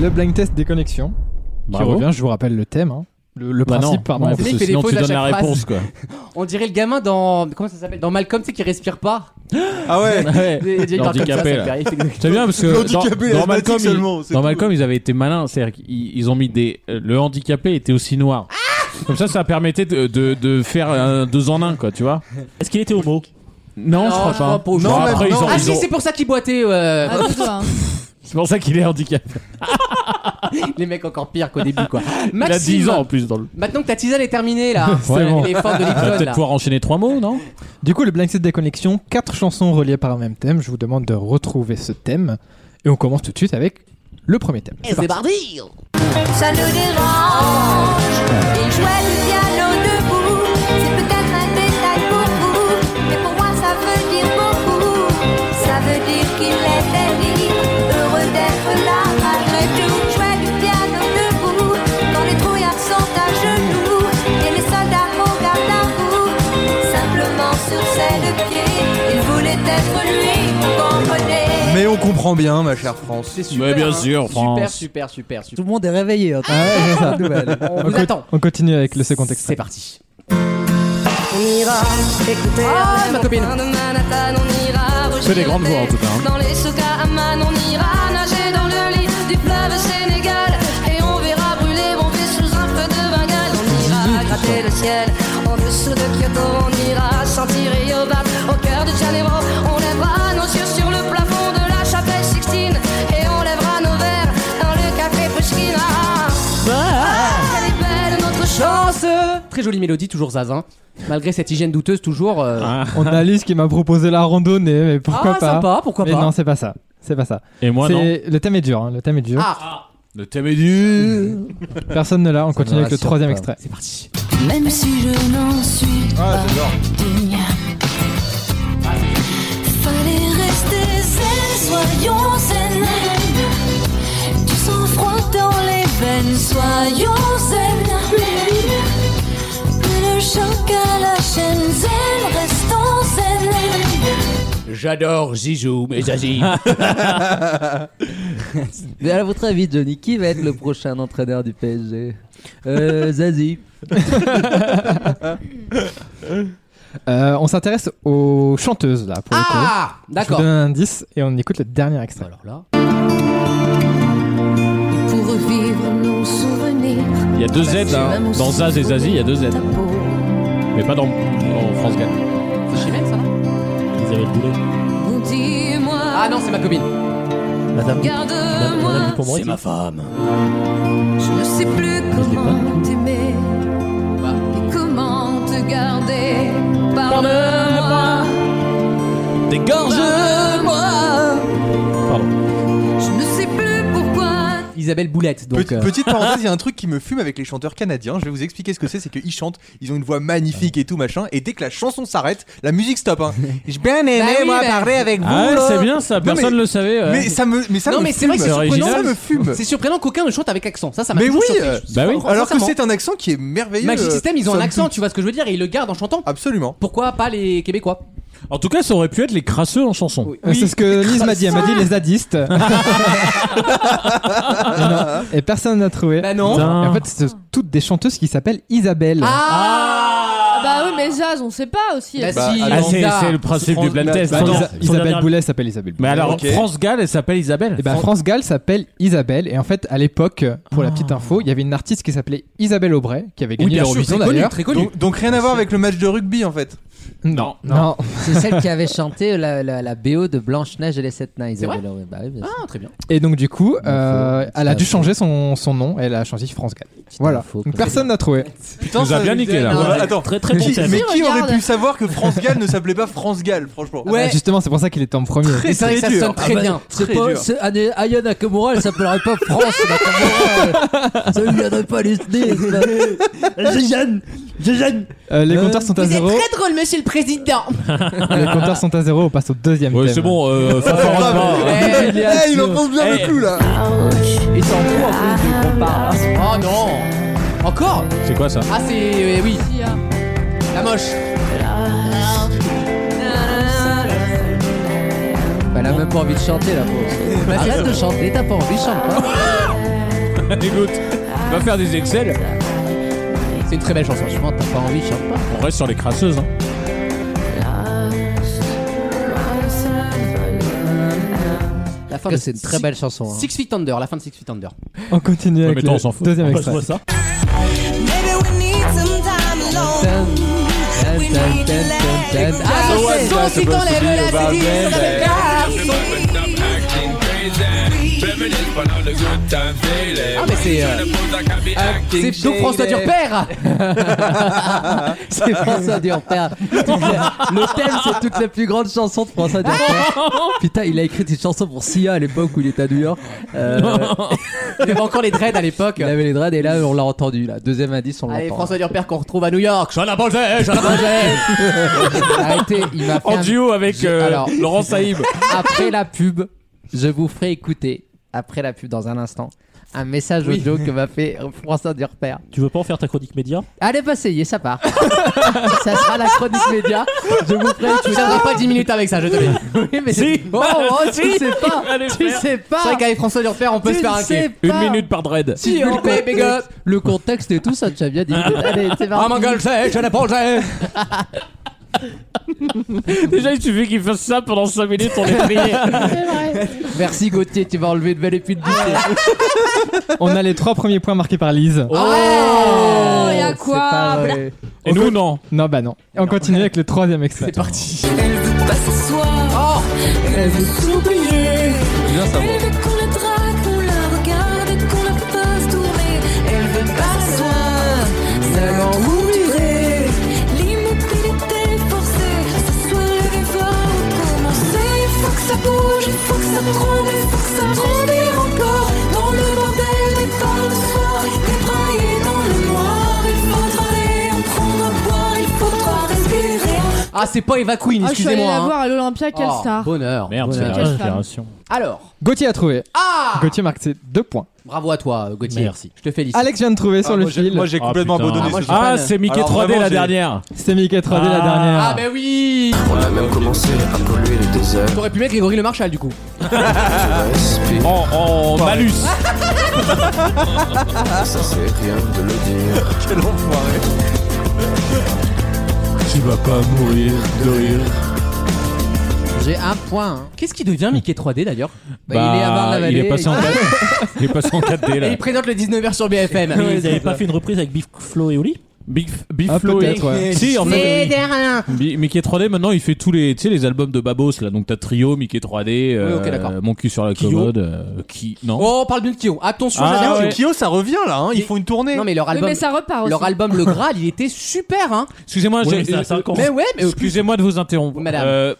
Speaker 5: Le blind test déconnexion. Qui revient, je vous rappelle le thème. hein. Le, le
Speaker 3: Bah non,
Speaker 5: principe, pardon.
Speaker 3: non,
Speaker 2: Le
Speaker 3: parce
Speaker 2: mec
Speaker 3: que
Speaker 2: fait des
Speaker 3: sinon
Speaker 2: pauses
Speaker 3: tu
Speaker 2: à
Speaker 3: donnes la
Speaker 2: chaque phrase.
Speaker 3: réponse quoi.
Speaker 2: On dirait le gamin dans. Comment ça s'appelle Dans Malcolm, c'est qui respire pas.
Speaker 4: Ah ouais
Speaker 3: Ouais.
Speaker 2: Il parle comme ça, ça
Speaker 3: L'handicapé,
Speaker 2: fait
Speaker 3: là.
Speaker 2: rire, c'est exact.
Speaker 3: C'est bien hein, parce que dans,
Speaker 4: L'handicapé,
Speaker 3: dans
Speaker 4: l'asthmatique
Speaker 3: Malcolm, ils-
Speaker 4: seulement, c'est
Speaker 3: dans
Speaker 4: tout.
Speaker 3: Malcolm, ils avaient été malins, c'est-à-dire qu'ils ils ont mis des euh, le handicapé était aussi noir. Comme ça, ça permettait de, de, de faire un deux en un quoi, tu vois.
Speaker 8: Est-ce qu'il était homo
Speaker 3: Non, je crois pas.
Speaker 2: je
Speaker 3: Non,
Speaker 2: crois pas.
Speaker 3: après, ils ont- Ah,
Speaker 2: Ah
Speaker 3: ils
Speaker 2: si,
Speaker 3: ont-
Speaker 2: c'est pour ça qu'ils boitaient. euh,
Speaker 6: À deux doigts. hein.
Speaker 3: C'est pour ça qu'il est handicapé.
Speaker 2: Les mecs encore pires qu'au début quoi.
Speaker 3: Il a
Speaker 2: Maxime, Ah,
Speaker 3: 10 ans en plus dans le.
Speaker 2: maintenant que ta tisane est terminée là,
Speaker 5: C'est
Speaker 2: elle
Speaker 5: bon.
Speaker 2: est forte de
Speaker 3: On va
Speaker 2: l'Ipson
Speaker 3: peut-être
Speaker 2: là.
Speaker 3: pouvoir enchaîner trois mots, non
Speaker 5: Du coup, le blind test déconnexion, quatre chansons reliées par un même thème. Je vous demande de retrouver ce thème. Et on commence tout de suite avec le premier thème. C'est parti.
Speaker 10: Ça nous dérange. Il jouait du piano debout. C'est peut-être un détail pour vous, mais pour moi ça veut dire beaucoup. Ça veut dire qu'il était libre, heureux d'être là malgré tout. Il Jouait du piano debout, quand les trouillards sont à genoux et les soldats regardent à vous. Simplement sur ses deux pieds, il voulait être lui, vous comprenez.
Speaker 4: Mais on comprend bien, ma chère France.
Speaker 2: C'est super.
Speaker 3: Mais bien
Speaker 2: hein.
Speaker 3: sûr,
Speaker 2: Super,
Speaker 3: France.
Speaker 2: super, super, super.
Speaker 7: Tout le monde est réveillé. hein.
Speaker 2: On vous
Speaker 5: co-
Speaker 2: attend.
Speaker 5: on continue avec le second extrait.
Speaker 2: C'est parti.
Speaker 10: On ira écouter
Speaker 2: Ah,
Speaker 10: la
Speaker 2: ma
Speaker 10: copine.
Speaker 2: copine.
Speaker 10: de Manhattan, on ira
Speaker 3: C'est des grandes voix, en tout cas, hein.
Speaker 10: Dans les sogas à Man, on ira nager dans le lit du fleuve Sénégal. Et on verra brûler, bomber sous un feu de bengale. On ira gratter le ciel en dessous de Kyoto. On ira sentir Yobat au cœur de Janeiro. On lèvera nos yeux sur le plafond de la chapelle Sixtine. Et on lèvera nos verres dans le café Pushkina. Ah, quelle est belle notre chance!
Speaker 2: Chance Ah, Très jolie mélodie, toujours Zazin. Malgré cette hygiène douteuse, toujours. euh,
Speaker 3: Ah.
Speaker 5: On a Alice qui m'a proposé la randonnée, mais pourquoi
Speaker 2: ah,
Speaker 5: pas
Speaker 2: sympa, pourquoi
Speaker 5: Mais
Speaker 2: pas.
Speaker 5: non, c'est pas ça. C'est pas ça.
Speaker 3: Et moi, non.
Speaker 5: C'est- le thème est dur. hein, Le thème est dur.
Speaker 2: Ah,
Speaker 3: Le thème est dur.
Speaker 5: Personne ne l'a. On continue avec le
Speaker 7: rassure
Speaker 5: troisième
Speaker 7: pas.
Speaker 5: extrait.
Speaker 2: Ah, c'est parti.
Speaker 10: Même si je n'en suis
Speaker 4: Ah, j'adore.
Speaker 10: digne. Fallait rester zen, soyons zen. Du sang-froid dans les veines, soyons zen. Plus le choc à la chaîne, zen, restons zen.
Speaker 2: J'adore Zizou, mais Zazie.
Speaker 7: Mais à votre avis, Johnny, qui va être le prochain entraîneur du PSG euh, Zazie.
Speaker 5: Euh, on s'intéresse aux chanteuses là pour le coup.
Speaker 2: ah
Speaker 5: Je vous
Speaker 2: D'accord.
Speaker 5: donne un indice et on écoute le dernier extrait.
Speaker 2: Alors là.
Speaker 10: Pour revivre nos souvenirs.
Speaker 3: Il y a deux Z hein. dans Zaz et Zazie, il y a deux Z, mais pas dans en France Gall.
Speaker 2: C'est Chimène, ça non
Speaker 8: Ils avaient le boulet.
Speaker 10: Dis-moi.
Speaker 2: Ah non, c'est ma copine.
Speaker 8: Madame, Madame,
Speaker 10: Garde-moi.
Speaker 8: Madame pour moi. dis-
Speaker 2: femme.
Speaker 10: Je ne sais plus comment t'aimer et comment te garder. Parle-moi,
Speaker 2: Des gorges
Speaker 10: parle-moi.
Speaker 3: Pardon.
Speaker 10: Je ne sais plus pourquoi.
Speaker 2: Isabelle Boulette, donc.
Speaker 4: Petit-
Speaker 2: euh,
Speaker 4: Petite parenthèse, il y a un truc qui me fume avec les chanteurs canadiens. Je vais vous expliquer ce que c'est. C'est qu'ils chantent, ils ont une voix magnifique et tout machin. Et dès que la chanson s'arrête, la musique stop. Hein. J'ai bien aimé
Speaker 2: Bah oui,
Speaker 4: moi
Speaker 2: bah-
Speaker 4: parler avec vous.
Speaker 3: Ah ouais,
Speaker 4: là.
Speaker 3: c'est bien ça.
Speaker 4: Non, mais-
Speaker 3: Personne le savait. ouais.
Speaker 4: Mais ça me, mais ça
Speaker 2: Non,
Speaker 4: me
Speaker 2: mais c'est
Speaker 4: fume.
Speaker 2: vrai que c'est
Speaker 3: original.
Speaker 2: surprenant.
Speaker 4: ça me fume.
Speaker 2: C'est surprenant qu'aucun ne chante avec accent. Ça, ça m'a
Speaker 4: Mais
Speaker 2: toujours
Speaker 4: oui,
Speaker 2: surpris.
Speaker 4: euh,
Speaker 3: bah oui.
Speaker 2: Fran-
Speaker 4: Alors que
Speaker 2: sincèrement.
Speaker 4: c'est un accent qui est merveilleux.
Speaker 2: Magic
Speaker 4: euh,
Speaker 2: System, ils ont un
Speaker 4: somme
Speaker 2: accent,
Speaker 4: toute.
Speaker 2: tu vois ce que je veux dire, et ils le gardent en chantant.
Speaker 4: Absolument.
Speaker 2: Pourquoi pas les Québécois
Speaker 3: En tout cas, ça aurait pu être les crasseux en chanson.
Speaker 2: Oui.
Speaker 5: Euh, C'est ce que Lise m'a dit. Elle m'a dit les zadistes. et, non, et personne n'a trouvé.
Speaker 2: Bah non.
Speaker 5: Et en
Speaker 3: Putain.
Speaker 5: fait, c'est toutes des chanteuses qui s'appellent Isabelle.
Speaker 2: Ah
Speaker 6: Ah bah oui, mais Zaz, on sait pas aussi.
Speaker 2: Bah,
Speaker 4: Bah,
Speaker 2: si,
Speaker 4: alors-
Speaker 3: Ah,
Speaker 2: on
Speaker 3: c'est
Speaker 2: l'a.
Speaker 3: c'est le principe
Speaker 4: France-
Speaker 3: du blind
Speaker 4: bah,
Speaker 3: test.
Speaker 5: Bah,
Speaker 4: son
Speaker 5: Isa-
Speaker 4: der-
Speaker 8: son
Speaker 5: Isabelle
Speaker 8: dernier-
Speaker 5: Boulet s'appelle Isabelle.
Speaker 3: Mais alors,
Speaker 4: Ok.
Speaker 3: France Gall, elle s'appelle Isabelle.
Speaker 5: Et ben France Gall s'appelle Isabelle et en fait à l'époque pour la petite info il y avait une artiste qui s'appelait Isabelle Aubray qui avait gagné
Speaker 2: bien sûr,
Speaker 5: l'Eurovision
Speaker 2: très connue,
Speaker 5: d'ailleurs
Speaker 2: très connue.
Speaker 4: Donc, donc rien à voir avec le match de rugby en fait.
Speaker 5: non
Speaker 3: Non.
Speaker 5: non
Speaker 7: C'est celle qui avait chanté la, la, la BO de Blanche-Neige et les Sept Nains.
Speaker 2: vrai
Speaker 7: Isabelle Aubry. Bah oui, bien sûr.
Speaker 2: Ah, très bien.
Speaker 5: et donc du coup euh,
Speaker 7: faut-
Speaker 5: elle a dû
Speaker 7: ça-
Speaker 5: changer son, son nom elle a changé France Gall
Speaker 7: Putain,
Speaker 5: voilà
Speaker 7: faut
Speaker 5: donc
Speaker 7: que-
Speaker 5: personne n'a trouvé
Speaker 4: Putain,
Speaker 3: nous a
Speaker 4: ça-
Speaker 3: bien niqué, là.
Speaker 4: Non,
Speaker 2: Ouais.
Speaker 4: Attends,
Speaker 8: Très très bon
Speaker 4: qui-
Speaker 8: thème.
Speaker 4: mais qui
Speaker 6: Regarde.
Speaker 4: aurait pu savoir que France Gall ne s'appelait pas France Gall, franchement
Speaker 5: Ah,
Speaker 2: Ouais.
Speaker 5: justement c'est pour ça qu'il était en premier
Speaker 2: Et c'est vrai que ça
Speaker 4: dur.
Speaker 2: sonne très
Speaker 7: Ah bah,
Speaker 2: bien.
Speaker 7: C'est
Speaker 4: Très
Speaker 7: pas.
Speaker 4: dur.
Speaker 7: c'est- Aya- Aya Nakamura, elle s'appellerait pas France Nakamura. euh, Ça lui viendrait pas hein. les idées.
Speaker 8: Jeanne Jeanne
Speaker 5: Euh, les
Speaker 7: Euh,
Speaker 5: compteurs sont à zéro
Speaker 2: drôle, monsieur le président.
Speaker 5: les compteurs sont à zéro on passe au deuxième
Speaker 3: Ouais,
Speaker 5: thème
Speaker 3: c'est bon, euh, Fafard,
Speaker 4: Ah,
Speaker 3: on se
Speaker 4: bah,
Speaker 3: barre.
Speaker 4: Eh, il enfonce bien
Speaker 3: Eh.
Speaker 4: le clou là.
Speaker 10: Ouch.
Speaker 7: Et
Speaker 2: tambour, on fait une compare.
Speaker 7: Oh non Encore
Speaker 3: C'est quoi ça
Speaker 7: Ah,
Speaker 2: eh
Speaker 7: c'est. euh, oui, la moche
Speaker 2: Bah, elle a même pas envie de chanter la pauvre.
Speaker 7: Bah,
Speaker 2: Arrête de chanter, t'as pas envie, chante
Speaker 7: hein.
Speaker 2: pas.
Speaker 3: Écoute, on va faire des excels.
Speaker 2: C'est une très belle chanson, franchement, t'as pas envie, chante pas.
Speaker 3: On reste sur les crasseuses. Hein.
Speaker 2: La fin, c'est une très belle chanson. hein.
Speaker 7: Six Feet Under, la fin de Six Feet Under.
Speaker 5: On continue avec
Speaker 3: mais toi, on s'en
Speaker 5: le
Speaker 3: fout.
Speaker 5: deuxième
Speaker 8: Pourquoi je
Speaker 5: extrait.
Speaker 8: vois ça
Speaker 7: Ah,
Speaker 2: Ah,
Speaker 7: si t'enlèves la cité, ça fait Ah, mais c'est. euh, c'est donc François Durper
Speaker 2: c'est François Durper. Le thème, c'est toutes les plus grandes chansons de François Durper. Putain, il a écrit des chansons pour Sia à l'époque où il était à New York. Euh,
Speaker 7: Il y avait encore les dreads à l'époque.
Speaker 2: il avait les dreads et là, on l'a entendu. Là. Deuxième indice, on
Speaker 7: Allez,
Speaker 2: l'entend.
Speaker 7: François Durper qu'on retrouve à New York. J'en ai mangé,
Speaker 3: eh,
Speaker 7: j'en ai mangé.
Speaker 2: Arrêtez, il m'a fait
Speaker 3: En
Speaker 2: un-
Speaker 3: duo avec
Speaker 2: euh,
Speaker 3: Laurent Saïb.
Speaker 2: Après la pub, je vous ferai écouter, après la pub dans un instant, un message audio que m'a fait François Durper.
Speaker 8: Tu veux pas en faire ta chronique média
Speaker 2: Allez, pas essayer, ça part. ça sera la chronique média. Je vous ferai
Speaker 7: Tu
Speaker 2: écouter.
Speaker 7: tiendras pas 10 minutes avec ça, je te le dis.
Speaker 2: Oui, mais
Speaker 3: Si.
Speaker 2: Oh, oh, tu sais pas. Tu sais pas.
Speaker 7: C'est vrai qu'avec François Durper, on peut se
Speaker 2: Tu
Speaker 7: faire un
Speaker 2: sais
Speaker 7: kiff.
Speaker 2: pas.
Speaker 3: Une minute par dread.
Speaker 2: Si tu veux
Speaker 7: on
Speaker 2: le
Speaker 7: fait, big up.
Speaker 2: contexte, le contexte et tout ça, tu as bien dit. Allez, c'est parti.
Speaker 7: Ah, mon gueule, c'est, j'en ai mangé.
Speaker 3: Déjà, il suffit qu'il fasse ça pendant 5 minutes, on est payé.
Speaker 2: Merci Gauthier, tu vas enlever une belle épine du thé.
Speaker 7: Ah,
Speaker 5: On a les trois premiers points marqués par Lise.
Speaker 7: Oh,
Speaker 6: Oh, y a
Speaker 2: C'est pas
Speaker 6: quoi
Speaker 2: vrai.
Speaker 3: Et nous, non.
Speaker 5: Non, bah non. On continue avec le troisième extrait.
Speaker 7: Parti.
Speaker 1: Bien savoir.
Speaker 7: Ah, c'est pas Eva Queen,
Speaker 6: Ah, je suis allée
Speaker 7: excusez-moi.
Speaker 6: la
Speaker 7: hein.
Speaker 6: voir à l'Olympia, quelle
Speaker 7: Oh,
Speaker 6: star
Speaker 7: Bonheur.
Speaker 3: Merde, c'est
Speaker 6: Voilà.
Speaker 3: la
Speaker 6: Quelle femme.
Speaker 3: respiration.
Speaker 7: Alors,
Speaker 5: Gauthier a trouvé.
Speaker 7: ah
Speaker 5: Gauthier marque ses deux points.
Speaker 7: Bravo à toi, Gauthier.
Speaker 3: Merci.
Speaker 7: Je te félicite.
Speaker 5: Alex vient de trouver sur
Speaker 1: Ah,
Speaker 5: le
Speaker 1: moi, j'ai-
Speaker 2: Eh,
Speaker 5: fil.
Speaker 1: Moi j'ai
Speaker 3: Ah,
Speaker 1: complètement
Speaker 3: putain.
Speaker 1: abandonné
Speaker 7: Ah, moi,
Speaker 1: ce
Speaker 7: j'ai
Speaker 1: jeu.
Speaker 7: pas
Speaker 3: Ah,
Speaker 7: de-
Speaker 3: c'est Mickey
Speaker 1: Alors,
Speaker 3: 3D
Speaker 1: vraiment,
Speaker 3: la
Speaker 1: j'ai-
Speaker 3: dernière.
Speaker 5: C'est Mickey 3D la
Speaker 3: Ah.
Speaker 5: dernière.
Speaker 7: Ah, bah oui
Speaker 4: On a même commencé à polluer le désert.
Speaker 7: T'aurais pu mettre Grégory Le Marchal du coup.
Speaker 4: Respire,
Speaker 3: En, en malus.
Speaker 1: Ah.
Speaker 4: ça c'est rien de le dire.
Speaker 1: Quel enfoiré.
Speaker 3: Tu vas pas mourir de rire.
Speaker 2: J'ai un point. hein.
Speaker 7: Qu'est-ce qui devient Mickey 3D d'ailleurs
Speaker 2: Bah, il est à Bar-la-Vallée.
Speaker 3: il est passé en 4D. il est passé en 4D
Speaker 7: Et
Speaker 3: là.
Speaker 7: Ah, il présente le 19h sur BFM.
Speaker 8: Ils avaient pas fait une reprise avec Beef Flo et Oli
Speaker 3: Big, Big
Speaker 5: Ah,
Speaker 3: Flo et-
Speaker 5: peut-être, ouais.
Speaker 3: Si, en fait.
Speaker 7: Mais derrière.
Speaker 3: Mi- Mickey 3D maintenant il fait tous les tu sais les albums de Babos là donc t'as Trio Mickey 3D
Speaker 7: Oui,
Speaker 3: euh,
Speaker 7: ok, d'accord.
Speaker 3: mon cul sur la
Speaker 8: Kyo.
Speaker 3: commode euh, qui non
Speaker 7: Oh, on parle d'une Kyo. Attention,
Speaker 3: Ah,
Speaker 7: j'adore.
Speaker 3: ouais.
Speaker 1: Kyo, Kyo, ça revient là, hein, ils font une tournée.
Speaker 7: Non mais leur
Speaker 6: Oui,
Speaker 7: album,
Speaker 6: mais ça repart aussi.
Speaker 7: leur album Le Graal, il était super hein.
Speaker 3: excusez-moi
Speaker 8: Ouais, mais
Speaker 3: j'ai-
Speaker 8: ça a cinq ans.
Speaker 7: Mais ouais,
Speaker 2: euh,
Speaker 7: mais
Speaker 3: excusez-moi de vous interrompre
Speaker 7: Madame.
Speaker 3: Euh,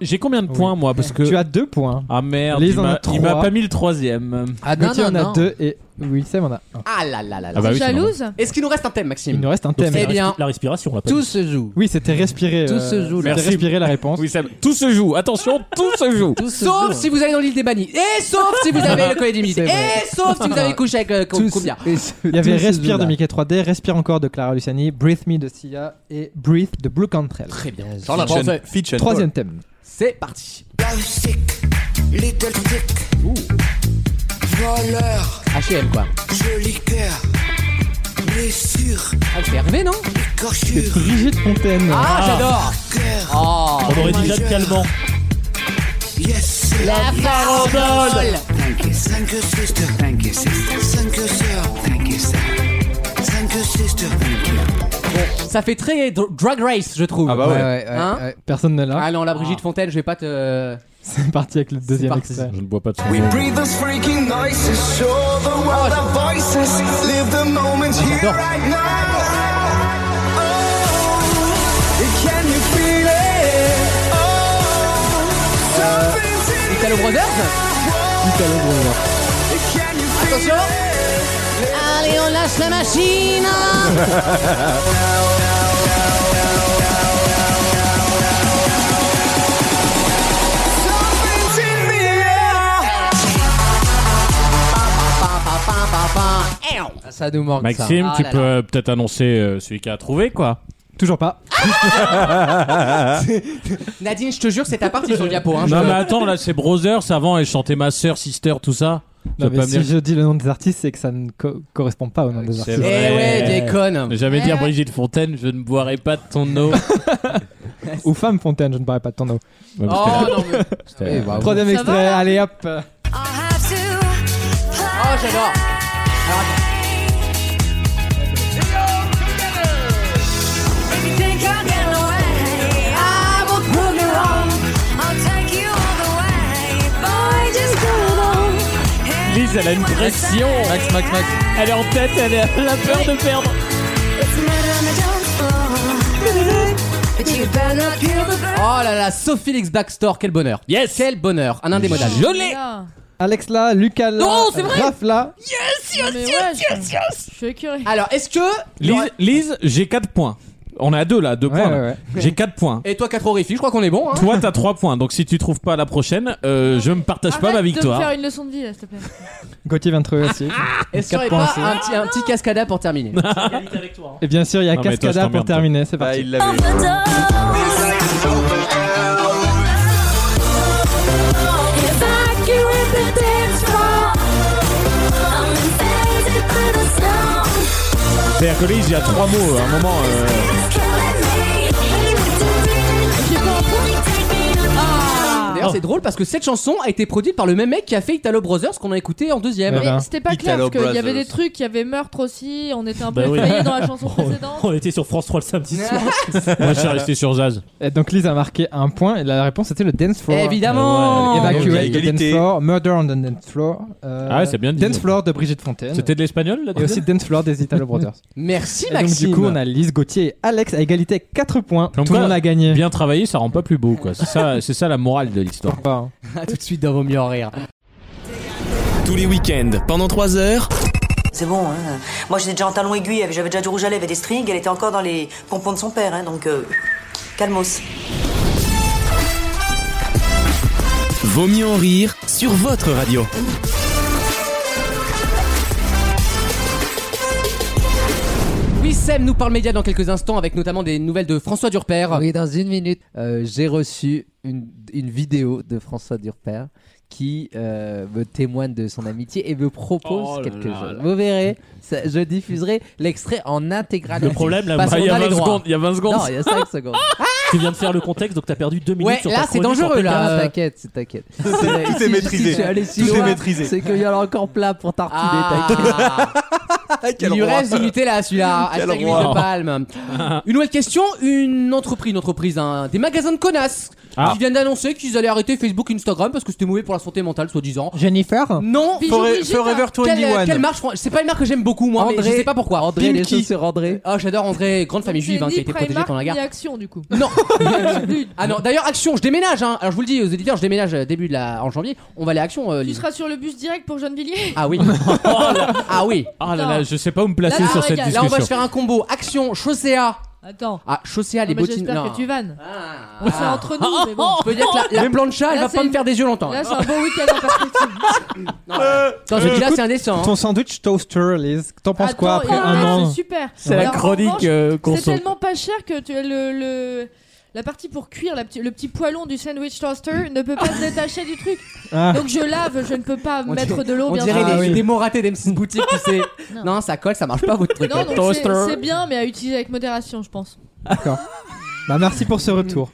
Speaker 3: j'ai combien de points moi parce que
Speaker 5: Tu as deux points.
Speaker 3: ah merde
Speaker 5: Les
Speaker 3: il
Speaker 5: en
Speaker 3: m'a
Speaker 5: a trois.
Speaker 3: il m'a pas mis le troisième
Speaker 2: Ah non,
Speaker 5: Gauthier
Speaker 2: non,
Speaker 5: en a
Speaker 2: non.
Speaker 5: deux et Wissem en a un.
Speaker 7: ah là là là là.
Speaker 3: Ah bah oui, c'est normal.
Speaker 6: Jalouse
Speaker 7: Est-ce qu'il nous reste un thème,
Speaker 5: Il
Speaker 7: Maxime
Speaker 5: nous reste un
Speaker 8: Donc,
Speaker 5: thème.
Speaker 8: c'est
Speaker 7: Eh
Speaker 8: la
Speaker 7: bien,
Speaker 8: respi- la respiration, on l'a pas
Speaker 2: Tout
Speaker 8: dit.
Speaker 2: se joue.
Speaker 5: Oui, c'était respirer.
Speaker 2: Tout
Speaker 5: euh,
Speaker 2: se joue, là.
Speaker 5: c'était
Speaker 3: Merci.
Speaker 5: respirer la réponse.
Speaker 3: oui ça tout se joue attention tout se joue
Speaker 2: Tout se
Speaker 7: Sauf
Speaker 2: joue.
Speaker 7: si vous allez dans l'île des bannis. Et sauf si vous avez le comédie
Speaker 2: C'est
Speaker 7: militaire.
Speaker 2: vrai.
Speaker 7: Et sauf si vous avez couché avec euh, Co-
Speaker 2: Tout se-
Speaker 7: Cumbia.
Speaker 2: et se-
Speaker 5: Il y avait
Speaker 2: tout se
Speaker 5: Respire
Speaker 2: joue,
Speaker 5: de
Speaker 2: là.
Speaker 5: Mickey 3D, Respire encore de Clara Luciani, Breathe Me de Sia et Breathe de Blue Cantrell.
Speaker 7: Très bien.
Speaker 1: Dans la
Speaker 7: Fitch and-
Speaker 1: pensée. Fitch and
Speaker 5: Troisième thème.
Speaker 7: C'est parti.
Speaker 4: Little Dick, voleur,
Speaker 7: H&M quoi.
Speaker 4: joli cœur, blessure,
Speaker 7: Ah, c'est Hervé non
Speaker 4: écorchure,
Speaker 5: Brigitte Fontaine.
Speaker 7: Ah, j'adore.
Speaker 4: cœur,
Speaker 7: Oh.
Speaker 8: On aurait dit Jade Calment.
Speaker 4: yes, c'est
Speaker 7: La farandole.
Speaker 4: Cinq sisters, cinq sœurs, cinq sisters,
Speaker 7: Ça fait très dr- Drag Race, je trouve.
Speaker 1: Ah bah
Speaker 2: Ouais,
Speaker 1: ouais.
Speaker 2: ouais, ouais,
Speaker 7: Hein
Speaker 2: ouais.
Speaker 5: Personne ne l'a.
Speaker 7: Ah non, la Brigitte Fontaine, je vais pas te.
Speaker 5: C'est parti avec le deuxième
Speaker 7: parti.
Speaker 5: extrait.
Speaker 3: je ne bois pas de son
Speaker 4: We breathe those freaking noises, show the world our voices, live the moment here right now. Oh, can you feel it? Oh, something's in the
Speaker 7: Italo Brothers
Speaker 4: air. Can you feel
Speaker 7: Attention. Allez, on lâche la machine
Speaker 4: something's in the air?
Speaker 7: Ah, Ça Ah, nous manque.
Speaker 3: Maxime, tu peux euh, peut-être annoncer euh, celui qui a trouvé, quoi.
Speaker 5: Toujours pas.
Speaker 2: Nadine, je te jure, c'est ta partie sur le diapo. Hein,
Speaker 3: non,
Speaker 2: je-
Speaker 3: mais attends, là, c'est Brothers avant et chanter ma sœur, sister, tout ça. Tu
Speaker 5: Non,
Speaker 3: vas
Speaker 5: mais
Speaker 3: pas me
Speaker 5: si
Speaker 3: dire-
Speaker 5: je dis le nom des artistes, c'est que ça ne co- correspond pas au nom des
Speaker 7: Eh
Speaker 3: C'est
Speaker 5: artistes.
Speaker 3: vrai.
Speaker 2: ouais, déconne.
Speaker 3: Ne Jamais
Speaker 2: Eh
Speaker 3: dire
Speaker 2: ouais.
Speaker 3: Brigitte Fontaine, je ne boirai pas de ton eau.
Speaker 5: Ou Femme Fontaine, je ne parlerai pas de ton nom.
Speaker 3: Ouais, parce
Speaker 2: Oh
Speaker 3: que-
Speaker 2: non, mais.
Speaker 3: c'était-
Speaker 5: Troisième
Speaker 2: Ça
Speaker 5: extrait,
Speaker 2: va
Speaker 5: allez hop.
Speaker 2: Oh, j'adore. Alors, attends.
Speaker 3: Lise, elle a une pression.
Speaker 7: Max, Max, Max.
Speaker 3: Elle est en tête, elle, est- elle a peur de perdre.
Speaker 2: Oh là là, Sophie Lix Blackstore, quel bonheur.
Speaker 3: Yes.
Speaker 2: Quel bonheur, un indémodable.
Speaker 3: Je l'ai.
Speaker 5: Alex là, Lucas là,
Speaker 2: Non, c'est vrai
Speaker 5: Raph là.
Speaker 6: Je suis écœurée.
Speaker 2: Alors, est-ce que.
Speaker 3: Lise, Lise, j'ai 4 points. On est à 2 là, 2
Speaker 5: Ouais,
Speaker 3: points. là.
Speaker 5: ouais, ouais.
Speaker 3: J'ai 4 points.
Speaker 2: Et toi, 4 horrifiques, je crois qu'on est bon. Hein.
Speaker 3: Toi, t'as 3 points. Donc si tu trouves pas la prochaine, euh, je me partage pas ma
Speaker 6: Arrête De me
Speaker 3: victoire.
Speaker 6: faire une leçon de vie, là, s'il te plaît.
Speaker 5: Gauthier vient de trouver aussi.
Speaker 2: Est-ce qu'il n'y aurait
Speaker 5: Quatre
Speaker 2: pas
Speaker 5: points,
Speaker 2: un petit, un petit cascada pour terminer
Speaker 8: avec toi.
Speaker 5: Et bien sûr, il y a
Speaker 3: Non, mais toi, je
Speaker 5: Cascada pour
Speaker 3: t'emmerde, toi.
Speaker 5: terminer, c'est
Speaker 4: Bah,
Speaker 5: parti.
Speaker 4: il l'avait.
Speaker 3: C'est-à-dire que Lise, il y a 3 mots. À un moment, euh,
Speaker 2: D'ailleurs, c'est drôle parce que cette chanson a été produite par le même mec qui a fait Italo Brothers qu'on a écouté en deuxième.
Speaker 5: Ouais. ben.
Speaker 6: Mais c'était pas clair
Speaker 4: Italo
Speaker 6: parce qu'il y avait
Speaker 4: Brothers.
Speaker 6: des trucs, il y avait meurtre aussi, on était un peu
Speaker 8: Bah oui.
Speaker 6: effrayés dans la chanson
Speaker 8: On
Speaker 3: Oh.
Speaker 6: précédente.
Speaker 8: était sur France 3 le samedi soir.
Speaker 3: moi, je suis resté sur Zaz.
Speaker 5: Et donc Lise a marqué un point et la réponse était le dance floor.
Speaker 2: Évidemment
Speaker 4: Donc, à
Speaker 5: Evacuate the dance
Speaker 4: égalité.
Speaker 5: floor, Murder on the dance floor. euh,
Speaker 3: Ah ouais, c'est bien dit.
Speaker 5: Dance floor de Brigitte Fontaine.
Speaker 3: C'était de l'espagnol là
Speaker 5: Et aussi dance floor des Italo Brothers.
Speaker 2: Merci
Speaker 5: Et donc
Speaker 2: Maxime
Speaker 5: du coup, on a Lise, Gauthier et Alex à égalité avec 4 points.
Speaker 3: Comme
Speaker 5: Tout le
Speaker 3: quoi,
Speaker 5: monde a gagné.
Speaker 3: Bien travaillé, ça rend pas plus beau quoi. C'est ça, c'est ça la morale de l'histoire.
Speaker 5: Pas, hein.
Speaker 2: A tout de suite dans Vaut mieux en rire.
Speaker 1: Tous les week-ends, pendant 3 heures,
Speaker 11: C'est bon, hein. Moi, j'étais déjà en talon aiguille, j'avais déjà du rouge à lèvres et des strings, elle était encore dans les pompons de son père, hein, donc euh, calmos.
Speaker 1: Vaut mieux en rire sur votre radio.
Speaker 2: Oui, Sam nous parle média dans quelques instants avec notamment des nouvelles de François Durper.
Speaker 7: Oui, dans une minute, euh, j'ai reçu une, une vidéo de François Durper qui euh, me témoigne de son amitié et me propose
Speaker 3: Oh là
Speaker 7: quelque
Speaker 3: là
Speaker 7: chose.
Speaker 3: là.
Speaker 7: Vous verrez, ça- je diffuserai l'extrait en intégralité.
Speaker 8: Le problème, là,
Speaker 7: Parce
Speaker 8: bah,
Speaker 7: qu'on
Speaker 3: il y a
Speaker 7: les
Speaker 3: 20
Speaker 7: droits.
Speaker 3: secondes, il y a 20 secondes.
Speaker 7: Non, il y a 5 secondes.
Speaker 8: tu viens de faire le contexte, donc t'as perdu 2 minutes
Speaker 2: Ouais,
Speaker 8: sur
Speaker 2: là,
Speaker 8: ta
Speaker 2: c'est
Speaker 8: chronique
Speaker 2: dangereux,
Speaker 8: sur
Speaker 2: là.
Speaker 8: Pékin.
Speaker 7: Ah,
Speaker 2: Euh,
Speaker 7: T'inquiète, c'est- t'inquiète.
Speaker 4: Tout est maîtrisé. Tout est maîtrisé.
Speaker 7: C'est qu'il y en a encore plein pour tartiner. t'inquiète.
Speaker 2: Ah, il
Speaker 4: Quel
Speaker 2: lui
Speaker 4: roi.
Speaker 2: reste du Nutella celui-là,
Speaker 4: Quel
Speaker 2: hashtag huile
Speaker 4: roi.
Speaker 2: de palme. Une nouvelle question, une entreprise, une entreprise, hein, des magasins de connasses
Speaker 3: Ah.
Speaker 2: qui viennent d'annoncer qu'ils allaient arrêter Facebook, Instagram parce que c'était mauvais pour la santé mentale, soi-disant.
Speaker 5: Jennifer
Speaker 2: Non,
Speaker 6: Bijou
Speaker 4: Forever-
Speaker 6: Brigitte,
Speaker 4: Forever
Speaker 2: quelle,
Speaker 4: 21.
Speaker 2: quelle marque fran- C'est pas une marque que j'aime beaucoup moi, mais
Speaker 7: André-
Speaker 2: je sais pas pourquoi.
Speaker 7: André, les
Speaker 2: Pimki.
Speaker 7: choses sur André.
Speaker 2: Ah, j'adore André, grande famille
Speaker 6: C'est
Speaker 2: juive hein, qui a
Speaker 6: ni
Speaker 2: été protégée
Speaker 6: Primark,
Speaker 2: pendant la guerre.
Speaker 6: ni Action, du coup.
Speaker 2: Non Ah non, d'ailleurs, Action, je déménage, hein. Alors je vous le dis aux éditeurs, je déménage euh, début de la... en janvier. On va aller à Action, euh,
Speaker 6: Tu
Speaker 2: Lise.
Speaker 6: seras sur le bus direct pour Gennevilliers
Speaker 2: Ah oui. ah oui.
Speaker 3: Ah là là,
Speaker 6: Non.
Speaker 3: je sais pas où me placer
Speaker 6: Là,
Speaker 3: sur cette
Speaker 6: regarde,
Speaker 2: Là, on va se
Speaker 3: discussion.
Speaker 2: faire un combo. Action, Chaussea.
Speaker 6: Attends.
Speaker 2: Ah, Chaussea, les
Speaker 6: Non, mais
Speaker 2: bottines.
Speaker 6: bah, J'espère
Speaker 2: non.
Speaker 6: que tu vannes.
Speaker 2: Ah.
Speaker 6: On sait entre nous, mais bon.
Speaker 2: Je peux dire que la, la plancha, elle
Speaker 6: Là,
Speaker 2: va pas
Speaker 6: c'est-
Speaker 2: me faire des yeux longtemps.
Speaker 6: Là, c'est un bon week-end hein, en perspective.
Speaker 2: Non, euh, attends, je dis là, c'est indécent. hein.
Speaker 5: Ton sandwich toaster, Lise. T'en penses quoi
Speaker 6: Attends,
Speaker 5: après
Speaker 6: et-
Speaker 5: un
Speaker 6: ouais,
Speaker 5: an
Speaker 6: C'est super.
Speaker 5: C'est la
Speaker 6: Alors, en revanche,
Speaker 3: qu'on
Speaker 6: C'est tellement pas cher que tu, le, le- la partie pour cuire, la petit- le petit poêlon du sandwich toaster ne peut pas se détacher du truc.
Speaker 5: Ah.
Speaker 6: Donc je lave, je ne peux pas
Speaker 2: On
Speaker 6: mettre
Speaker 2: dirait-
Speaker 6: de l'eau,
Speaker 2: On
Speaker 6: bien
Speaker 2: dirait
Speaker 6: sûr.
Speaker 2: des,
Speaker 5: Ah oui.
Speaker 2: des mots ratés d'M6 Boutique, tu sais. non.
Speaker 6: Non.
Speaker 2: ça colle, ça marche pas votre truc.
Speaker 6: Non,
Speaker 2: hein.
Speaker 6: donc c'est- c'est bien, mais à utiliser avec modération, je pense.
Speaker 5: D'accord. Bah merci pour
Speaker 2: Mm.
Speaker 5: ce retour.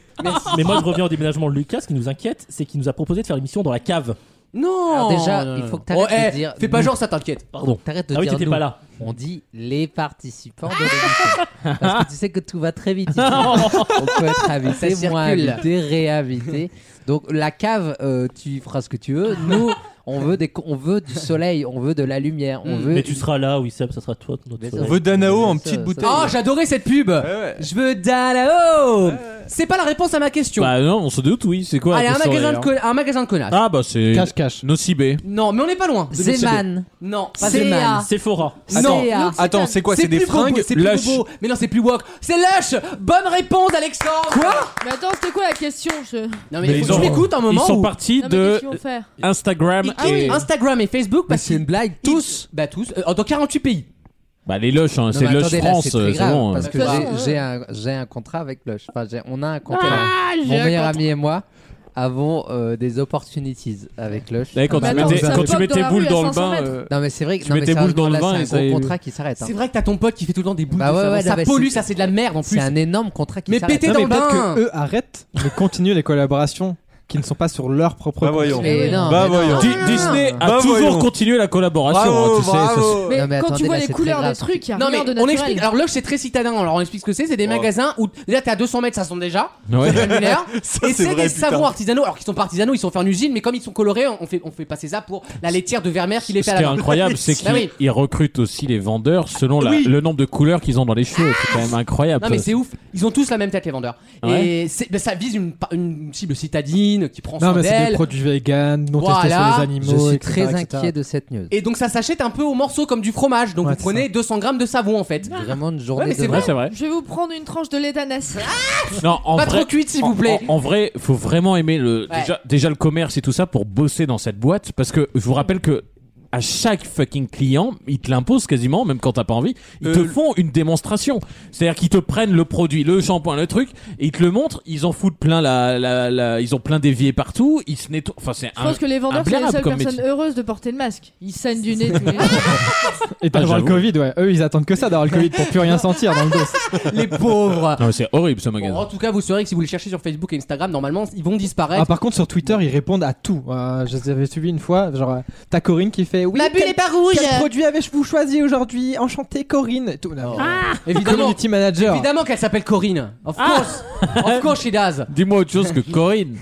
Speaker 8: Mais moi, je reviens au déménagement de Lucas. Ce qui nous inquiète, c'est qu'il nous a proposé de faire l'émission dans la cave.
Speaker 2: Non
Speaker 7: Alors déjà,
Speaker 2: Non,
Speaker 7: il
Speaker 2: non,
Speaker 7: faut que
Speaker 2: non.
Speaker 7: t'arrêtes
Speaker 2: Oh,
Speaker 7: de
Speaker 2: eh,
Speaker 7: dire
Speaker 2: Fais pas
Speaker 7: nous.
Speaker 2: genre, ça t'inquiète.
Speaker 8: Pardon.
Speaker 7: T'arrêtes de
Speaker 8: Ah oui,
Speaker 7: dire
Speaker 8: t'étais
Speaker 7: nous.
Speaker 8: pas là.
Speaker 7: On dit les participants de l'émission. Parce que tu sais que tout va très vite. ici. On peut être invité,
Speaker 2: Ça
Speaker 7: moins
Speaker 2: circule.
Speaker 7: invité, réinvité. Donc la cave, euh, tu feras ce que tu veux. Nous, on veut, des, on veut du soleil, on veut de la lumière, on
Speaker 2: Mm.
Speaker 7: veut...
Speaker 8: Mais tu seras là, oui, Seb, ça sera toi. Notre
Speaker 7: Mais ça-
Speaker 4: On veut Danao en petite
Speaker 7: Ça,
Speaker 4: bouteille.
Speaker 2: Oh, j'adorais cette pub.
Speaker 4: ouais.
Speaker 2: Je veux Dalao. C'est pas la réponse à ma question.
Speaker 3: Bah non, on se doute, oui. C'est quoi la
Speaker 2: Allez, un
Speaker 3: question
Speaker 2: magasin, de
Speaker 3: d'ailleurs
Speaker 2: con- un magasin de connards.
Speaker 3: Ah bah c'est
Speaker 5: Cache cache.
Speaker 3: Nocibé.
Speaker 2: Non, mais on n'est pas loin.
Speaker 7: Zeman.
Speaker 2: Non, pas
Speaker 7: C'est
Speaker 2: Zeman.
Speaker 7: un-
Speaker 8: Sephora.
Speaker 2: Non,
Speaker 7: Céa.
Speaker 2: non,
Speaker 4: Attends, c'est quoi
Speaker 2: C'est
Speaker 4: C'est des
Speaker 2: plus bobo,
Speaker 4: fringues
Speaker 2: C'est plus
Speaker 4: Lush.
Speaker 2: bobo. Mais non, c'est plus wok. C'est Lush. Bonne réponse, Alexandre. Quoi
Speaker 6: Mais attends, c'était quoi la question je...
Speaker 2: Non,
Speaker 3: Mais
Speaker 2: mais,
Speaker 3: ils
Speaker 2: faut que
Speaker 3: ont-
Speaker 2: je m'écoute un moment.
Speaker 3: Ils sont
Speaker 2: où-
Speaker 3: partis
Speaker 6: Non, mais qu'est-ce
Speaker 3: de
Speaker 6: qu'ils vont faire
Speaker 3: Instagram
Speaker 2: Music,
Speaker 3: Ah oui.
Speaker 2: Instagram et Facebook. Parce c'est une blague. Tous, bah tous, euh, dans 48 pays.
Speaker 3: Bah, les Loches, hein,
Speaker 7: Non,
Speaker 3: c'est
Speaker 7: mais
Speaker 3: Loche
Speaker 7: attendez, là,
Speaker 3: France,
Speaker 7: c'est très
Speaker 3: euh, c'est
Speaker 7: grave,
Speaker 3: bon.
Speaker 7: Parce que
Speaker 2: Bah,
Speaker 3: euh,
Speaker 7: j'ai- j'ai un, j'ai un contrat avec Lush. Enfin, j'ai- on a un contrat.
Speaker 3: Ah,
Speaker 7: Mon
Speaker 3: j'ai un
Speaker 7: meilleur
Speaker 3: contrat.
Speaker 7: ami et moi avons euh, des opportunities avec Lush.
Speaker 3: Eh, quand
Speaker 2: Bah,
Speaker 3: tu mettais- quand tu mettais boules dans le bain, euh,
Speaker 7: Non, mais c'est vrai que
Speaker 3: tu
Speaker 7: non, mais
Speaker 3: mettais
Speaker 7: c'est un-
Speaker 3: boules dans le
Speaker 7: là,
Speaker 3: bain et
Speaker 7: C'est
Speaker 3: ça
Speaker 7: un
Speaker 3: y est.
Speaker 7: gros contrat qui s'arrête. hein.
Speaker 2: C'est vrai que t'as ton pote qui fait tout le temps des boules.
Speaker 7: Bah
Speaker 2: de
Speaker 7: ouais,
Speaker 2: savon.
Speaker 7: ouais, non,
Speaker 2: ça
Speaker 7: mais
Speaker 2: pollue,
Speaker 7: c'est-
Speaker 2: ça c'est de la merde en plus.
Speaker 7: C'est un énorme contrat qui
Speaker 2: Mais
Speaker 7: s'arrête.
Speaker 2: pétez
Speaker 5: Non,
Speaker 2: dans
Speaker 5: mais
Speaker 2: le
Speaker 5: peut-être
Speaker 2: bain.
Speaker 5: que eux arrêtent, mais continuent les collaborations qui ne sont pas sur leur propre. compte.
Speaker 7: Mais non, mais non.
Speaker 3: Bah voyons. Di- Disney a
Speaker 5: Ah. Bah
Speaker 3: toujours
Speaker 5: voyons.
Speaker 3: continué la collaboration.
Speaker 5: Bravo,
Speaker 3: hein, tu sais, ça,
Speaker 5: bravo.
Speaker 3: c'est-
Speaker 6: Mais,
Speaker 7: Non, mais
Speaker 6: quand
Speaker 7: attendez,
Speaker 6: tu vois
Speaker 7: là,
Speaker 6: les
Speaker 7: c'est
Speaker 6: couleurs
Speaker 7: très
Speaker 6: des
Speaker 7: grave,
Speaker 6: trucs, il y a
Speaker 2: Non mais
Speaker 6: rien de
Speaker 2: on
Speaker 6: naturel.
Speaker 2: explique. Alors Lush c'est très citadin. Alors on explique ce que c'est. C'est des magasins où déjà t'es à 200 mètres, ça sent déjà.
Speaker 3: Ouais.
Speaker 2: C'est granulaire.
Speaker 4: Ça,
Speaker 2: et
Speaker 4: c'est
Speaker 2: c'est
Speaker 4: vrai,
Speaker 2: des
Speaker 4: putain.
Speaker 2: savons artisanaux. Alors qu'ils sont pas artisanaux, ils sont faits en usine, mais comme ils sont colorés, on fait on fait passer ça pour la laitière de Vermeer qu'il est
Speaker 3: Ce qui
Speaker 2: fait à
Speaker 3: est
Speaker 2: la main.
Speaker 3: incroyable, c'est
Speaker 2: Bah oui.
Speaker 3: qu'ils ils recrutent aussi les vendeurs selon la-
Speaker 2: Oui.
Speaker 3: le nombre de couleurs qu'ils ont dans les cheveux. C'est quand même incroyable.
Speaker 2: Ah. Non mais
Speaker 3: ça.
Speaker 2: c'est ouf, ils ont tous la même tête les vendeurs.
Speaker 3: Ouais.
Speaker 2: Et c'est- bah, ça vise une, pa- une cible citadine qui prend
Speaker 5: Non,
Speaker 2: soin
Speaker 5: mais c'est des
Speaker 2: d'elle.
Speaker 5: produits vegan, non testés sur
Speaker 2: Voilà.
Speaker 5: les animaux.
Speaker 7: Je suis
Speaker 5: etc.,
Speaker 7: très
Speaker 5: etc.
Speaker 7: inquiet de cette news.
Speaker 2: Et donc ça s'achète un peu au morceau comme du fromage. Donc
Speaker 5: Ouais,
Speaker 2: vous prenez 200 grammes de savon en fait.
Speaker 7: Vraiment une
Speaker 2: Ouais, mais
Speaker 7: journée
Speaker 2: c'est
Speaker 7: de
Speaker 2: vrai.
Speaker 3: Ouais, c'est vrai.
Speaker 6: Je vais vous prendre une tranche de lait d'ananas.
Speaker 3: Non, en
Speaker 2: Pas
Speaker 3: vrai-
Speaker 2: trop cuite, s'il
Speaker 3: en-
Speaker 2: vous plaît.
Speaker 3: En, en vrai, faut vraiment aimer le
Speaker 2: Ouais.
Speaker 3: déjà, déjà le commerce et tout ça pour bosser dans cette boîte parce que je vous rappelle que à chaque fucking client, ils te l'imposent quasiment, même quand t'as pas envie. Ils
Speaker 4: Euh,
Speaker 3: te font une démonstration, c'est-à-dire qu'ils te prennent le produit, le shampoing, le truc, et ils te le montrent. Ils en foutent plein la, la, la- ils ont plein d'éviers partout. Ils se nettoient. Enfin, c'est
Speaker 6: Je pense que les vendeurs sont les
Speaker 3: imblairable
Speaker 6: seules
Speaker 3: comme
Speaker 6: personnes
Speaker 3: métier.
Speaker 6: heureuses de porter le masque. Ils saignent du nez tous les jours.
Speaker 5: Et d'avoir le
Speaker 3: j'avoue.
Speaker 5: Covid, ouais. Eux, ils attendent que ça d'avoir le Covid pour plus rien sentir dans le dos.
Speaker 2: Les pauvres.
Speaker 3: Non, mais c'est horrible ce
Speaker 2: Bon,
Speaker 3: magasin.
Speaker 2: en tout cas, vous saurez que si vous les cherchez sur Facebook et Instagram, normalement, ils vont disparaître.
Speaker 5: Ah, par contre, sur Twitter, ils répondent à tout. Euh, je les avais suivis une fois. Genre, euh, t'as Corinne qui fait Ah, Oui,
Speaker 2: Ma bulle
Speaker 5: quel,
Speaker 2: est pas rouge.
Speaker 5: quel produit avez-vous choisi aujourd'hui Enchanté, Corinne. Et tout. Non.
Speaker 2: évidemment,
Speaker 5: Community manager.
Speaker 2: Oh. Ah, évidemment qu'elle s'appelle Corinne. Of
Speaker 5: Ah.
Speaker 2: course. of course she does.
Speaker 3: Dis-moi autre chose que Corinne.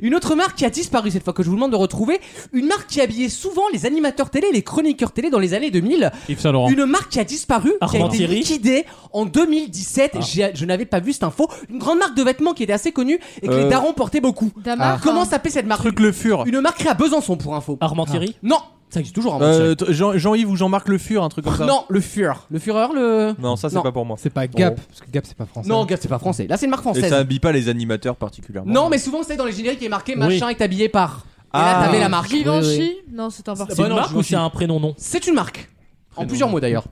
Speaker 2: Une autre marque qui a disparu cette fois que je vous demande de retrouver, une marque qui habillait souvent les animateurs télé, les chroniqueurs télé dans les années 2000.
Speaker 3: Yves Saint Laurent.
Speaker 2: Une marque qui a disparu, qui a été
Speaker 8: Armentieri.
Speaker 2: liquidée en 2017. J'ai- Je n'avais pas vu cette info. Une grande marque de vêtements qui était assez connue et que les
Speaker 4: Euh.
Speaker 2: darons portaient beaucoup.
Speaker 6: Damar,
Speaker 2: Comment
Speaker 6: hein.
Speaker 2: s'appelait cette marque
Speaker 4: Truc le fur.
Speaker 2: Une marque créée à Besançon pour info.
Speaker 3: Ah.
Speaker 8: Armentieri
Speaker 2: Non, ça existe toujours. Armentieri.
Speaker 4: Euh, t- Jean- Jean-Yves ou Jean-Marc Le Fur, un truc comme
Speaker 3: Ah
Speaker 4: ça.
Speaker 2: Non, le Führer. Le Führer, le.
Speaker 4: Non, ça c'est
Speaker 2: Non.
Speaker 4: pas pour moi.
Speaker 5: C'est pas Gap, parce que Gap, c'est pas français.
Speaker 2: Non, gars, c'est pas français. Là, c'est une marque
Speaker 4: Et
Speaker 2: française.
Speaker 4: ça habille pas les animateurs particulièrement.
Speaker 2: Non, mais souvent, c'est dans les génériques qui est marqué machin est habillé par. Et là,
Speaker 4: Ah.
Speaker 2: t'avais la marque.
Speaker 6: Givenchy Non, c'est un parfum.
Speaker 8: C'est
Speaker 2: Bah
Speaker 8: une
Speaker 2: non,
Speaker 8: marque
Speaker 2: je
Speaker 8: ou
Speaker 2: m'en
Speaker 8: c'est un prénom non
Speaker 2: C'est une marque. En plusieurs mots d'ailleurs.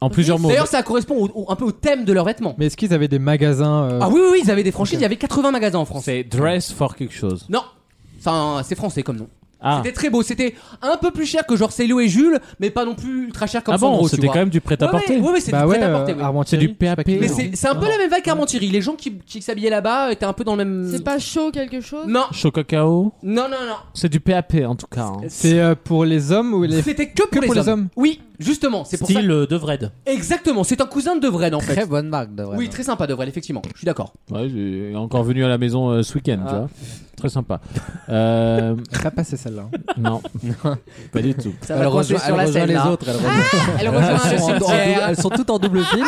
Speaker 3: En plusieurs mots.
Speaker 2: D'ailleurs, ça correspond au- au- un peu au thème de leurs vêtements.
Speaker 5: Mais est-ce qu'ils avaient des magasins euh,
Speaker 2: Ah oui, oui, oui, ils avaient des franchises. Il y avait 80 magasins en France.
Speaker 3: C'est dress for quelque chose.
Speaker 2: Non, c'est un- c'est français comme nom.
Speaker 3: Ah.
Speaker 2: C'était très beau. C'était un peu plus cher que genre Célio et Jules, mais pas non plus ultra cher comme
Speaker 3: Ah bon,
Speaker 2: Sandro, tu
Speaker 3: c'était
Speaker 2: vois.
Speaker 3: quand même du prêt-à-porter.
Speaker 2: Ouais, ouais, ouais, c'est
Speaker 5: Bah
Speaker 2: du
Speaker 5: ouais,
Speaker 2: prêt-à-porter,
Speaker 5: euh,
Speaker 2: oui.
Speaker 5: Armentieri,
Speaker 3: C'est du PAP.
Speaker 5: je sais pas qui.
Speaker 2: Mais c'est c'est un peu la même vague qu'Armentieri. Les gens qui, qui s'habillaient là-bas étaient un peu dans le même.
Speaker 6: C'est pas chaud quelque chose
Speaker 2: Non,
Speaker 3: Chaud cacao.
Speaker 2: non, non, non.
Speaker 3: C'est du PAP en tout cas. hein.
Speaker 5: C'est euh, pour les hommes ou les.
Speaker 2: C'était que, pour,
Speaker 5: pour les hommes.
Speaker 2: Oui, justement, c'est pour ça.
Speaker 8: Style euh, de Vred.
Speaker 2: Exactement, c'est un cousin de Devren en
Speaker 7: Très
Speaker 2: fait.
Speaker 7: bonne marque, de vrai.
Speaker 2: Oui, très sympa Devren, effectivement. Je suis d'accord.
Speaker 3: Ouais, j'ai encore venu à la maison euh, ce week-end,
Speaker 2: Ah.
Speaker 3: tu vois. Très sympa. Euh,
Speaker 5: Pas passé celle-là.
Speaker 2: hein.
Speaker 3: non, pas du tout.
Speaker 2: Ça
Speaker 7: Elle
Speaker 2: va
Speaker 7: rejoint,
Speaker 2: coincer sur
Speaker 7: elle
Speaker 2: la
Speaker 7: rejoint
Speaker 2: scène.
Speaker 7: les
Speaker 2: là. Ah,
Speaker 7: autres. Elle rejoint.
Speaker 2: Elle rejoint le
Speaker 7: elles, sont en- en dou-
Speaker 2: cimetière.
Speaker 7: elles sont toutes en double fil.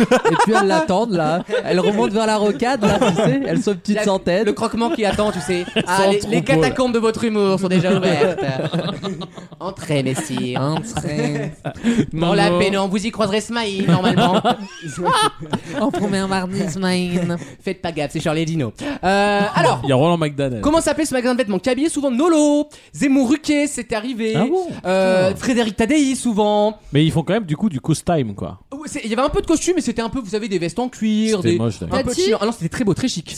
Speaker 7: et puis elles l'attendent là. Elles remontent vers la rocade là, tu sais. Elles sont petites
Speaker 2: La-
Speaker 7: centaines.
Speaker 2: Le croquement qui attend, tu sais. Ah,
Speaker 7: Sans
Speaker 2: les,
Speaker 7: troupeau,
Speaker 2: les catacombes de votre humour sont déjà ouvertes. Entrez, messire.
Speaker 7: Un train.
Speaker 2: Dans la pénombre, vous y croiserez Smaïn, normalement.
Speaker 7: On promet un mardi, Smaïn.
Speaker 2: Faites pas gaffe, c'est Charlie Dino. Euh, alors,
Speaker 3: Il y a Roland McDaniel.
Speaker 2: comment s'appelait ce magasin de vêtements Qui habillait souvent Nolo, Zemmour Ruquet, c'était arrivé.
Speaker 3: Ah bon
Speaker 2: Euh, Frédéric Tadei, souvent.
Speaker 3: Mais ils font quand même du coup du cost time quoi.
Speaker 2: Ouais, c'est- Il y avait un peu de costume, mais c'était un peu, vous savez, des vestes en cuir.
Speaker 3: C'était
Speaker 2: Des...
Speaker 3: moche
Speaker 2: Un
Speaker 3: d'ailleurs.
Speaker 2: peu de
Speaker 6: Tati
Speaker 2: chino. Ah non, c'était très beau, très chic.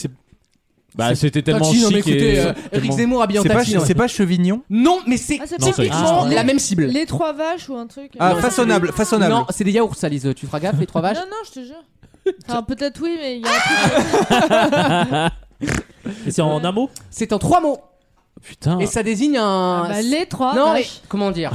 Speaker 3: Bah c'était tellement
Speaker 2: Tati, non, mais
Speaker 3: chic
Speaker 2: écoutez,
Speaker 3: et
Speaker 2: euh, Eric
Speaker 3: tellement-
Speaker 2: Zemmour habillé en
Speaker 4: C'est pas,
Speaker 2: tatine.
Speaker 4: c'est pas Chevignon
Speaker 2: Non, mais c'est
Speaker 6: Ah, c'est
Speaker 3: Non, ça
Speaker 2: typiquement
Speaker 6: existe pas.
Speaker 2: la même cible.
Speaker 6: Les trois vaches ou un truc
Speaker 4: Ah,
Speaker 6: Non,
Speaker 4: façonnable, façonnable.
Speaker 2: Non, c'est des yaourts, ça, Lise. Tu feras gaffe, les trois vaches.
Speaker 6: Non, non, je te jure. Enfin, peut-être oui, mais il y a un truc.
Speaker 8: Et c'est en un mot
Speaker 2: C'est en trois mots.
Speaker 3: Putain.
Speaker 2: Et ça désigne un.
Speaker 6: Ah bah, les trois
Speaker 2: non, mais
Speaker 6: vaches.
Speaker 2: comment dire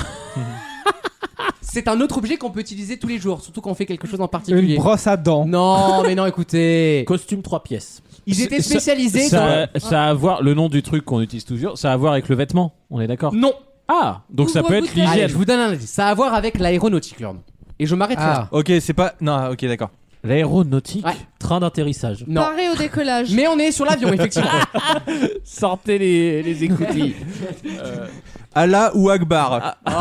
Speaker 2: C'est un autre objet qu'on peut utiliser tous les jours, surtout quand on fait quelque chose en
Speaker 5: Une
Speaker 2: particulier.
Speaker 5: brosse à dents.
Speaker 2: Non, mais non, écoutez.
Speaker 8: Costume trois pièces.
Speaker 2: Ils étaient
Speaker 3: Ça-
Speaker 2: spécialisés dans.
Speaker 3: Ça, ça a à voir le nom du truc qu'on utilise toujours. Ça a à voir avec le vêtement. On est d'accord.
Speaker 2: Non.
Speaker 3: Ah donc ça
Speaker 6: Ouvre
Speaker 3: peut être
Speaker 6: bouteille.
Speaker 2: Allez, je
Speaker 3: l'hygiène.
Speaker 2: vous donne un indice. Ça a à voir avec l'aéronautique, Lorne. Et je m'arrête là.
Speaker 7: Ah.
Speaker 4: Ok, c'est pas. Non, ok, d'accord.
Speaker 3: L'aéronautique.
Speaker 2: Ouais.
Speaker 8: Train d'atterrissage.
Speaker 2: Non.
Speaker 6: Paré au décollage.
Speaker 2: Mais on est sur l'avion, effectivement.
Speaker 3: Sortez les, les écoutilles.
Speaker 4: Allah ou Akbar
Speaker 2: Oh.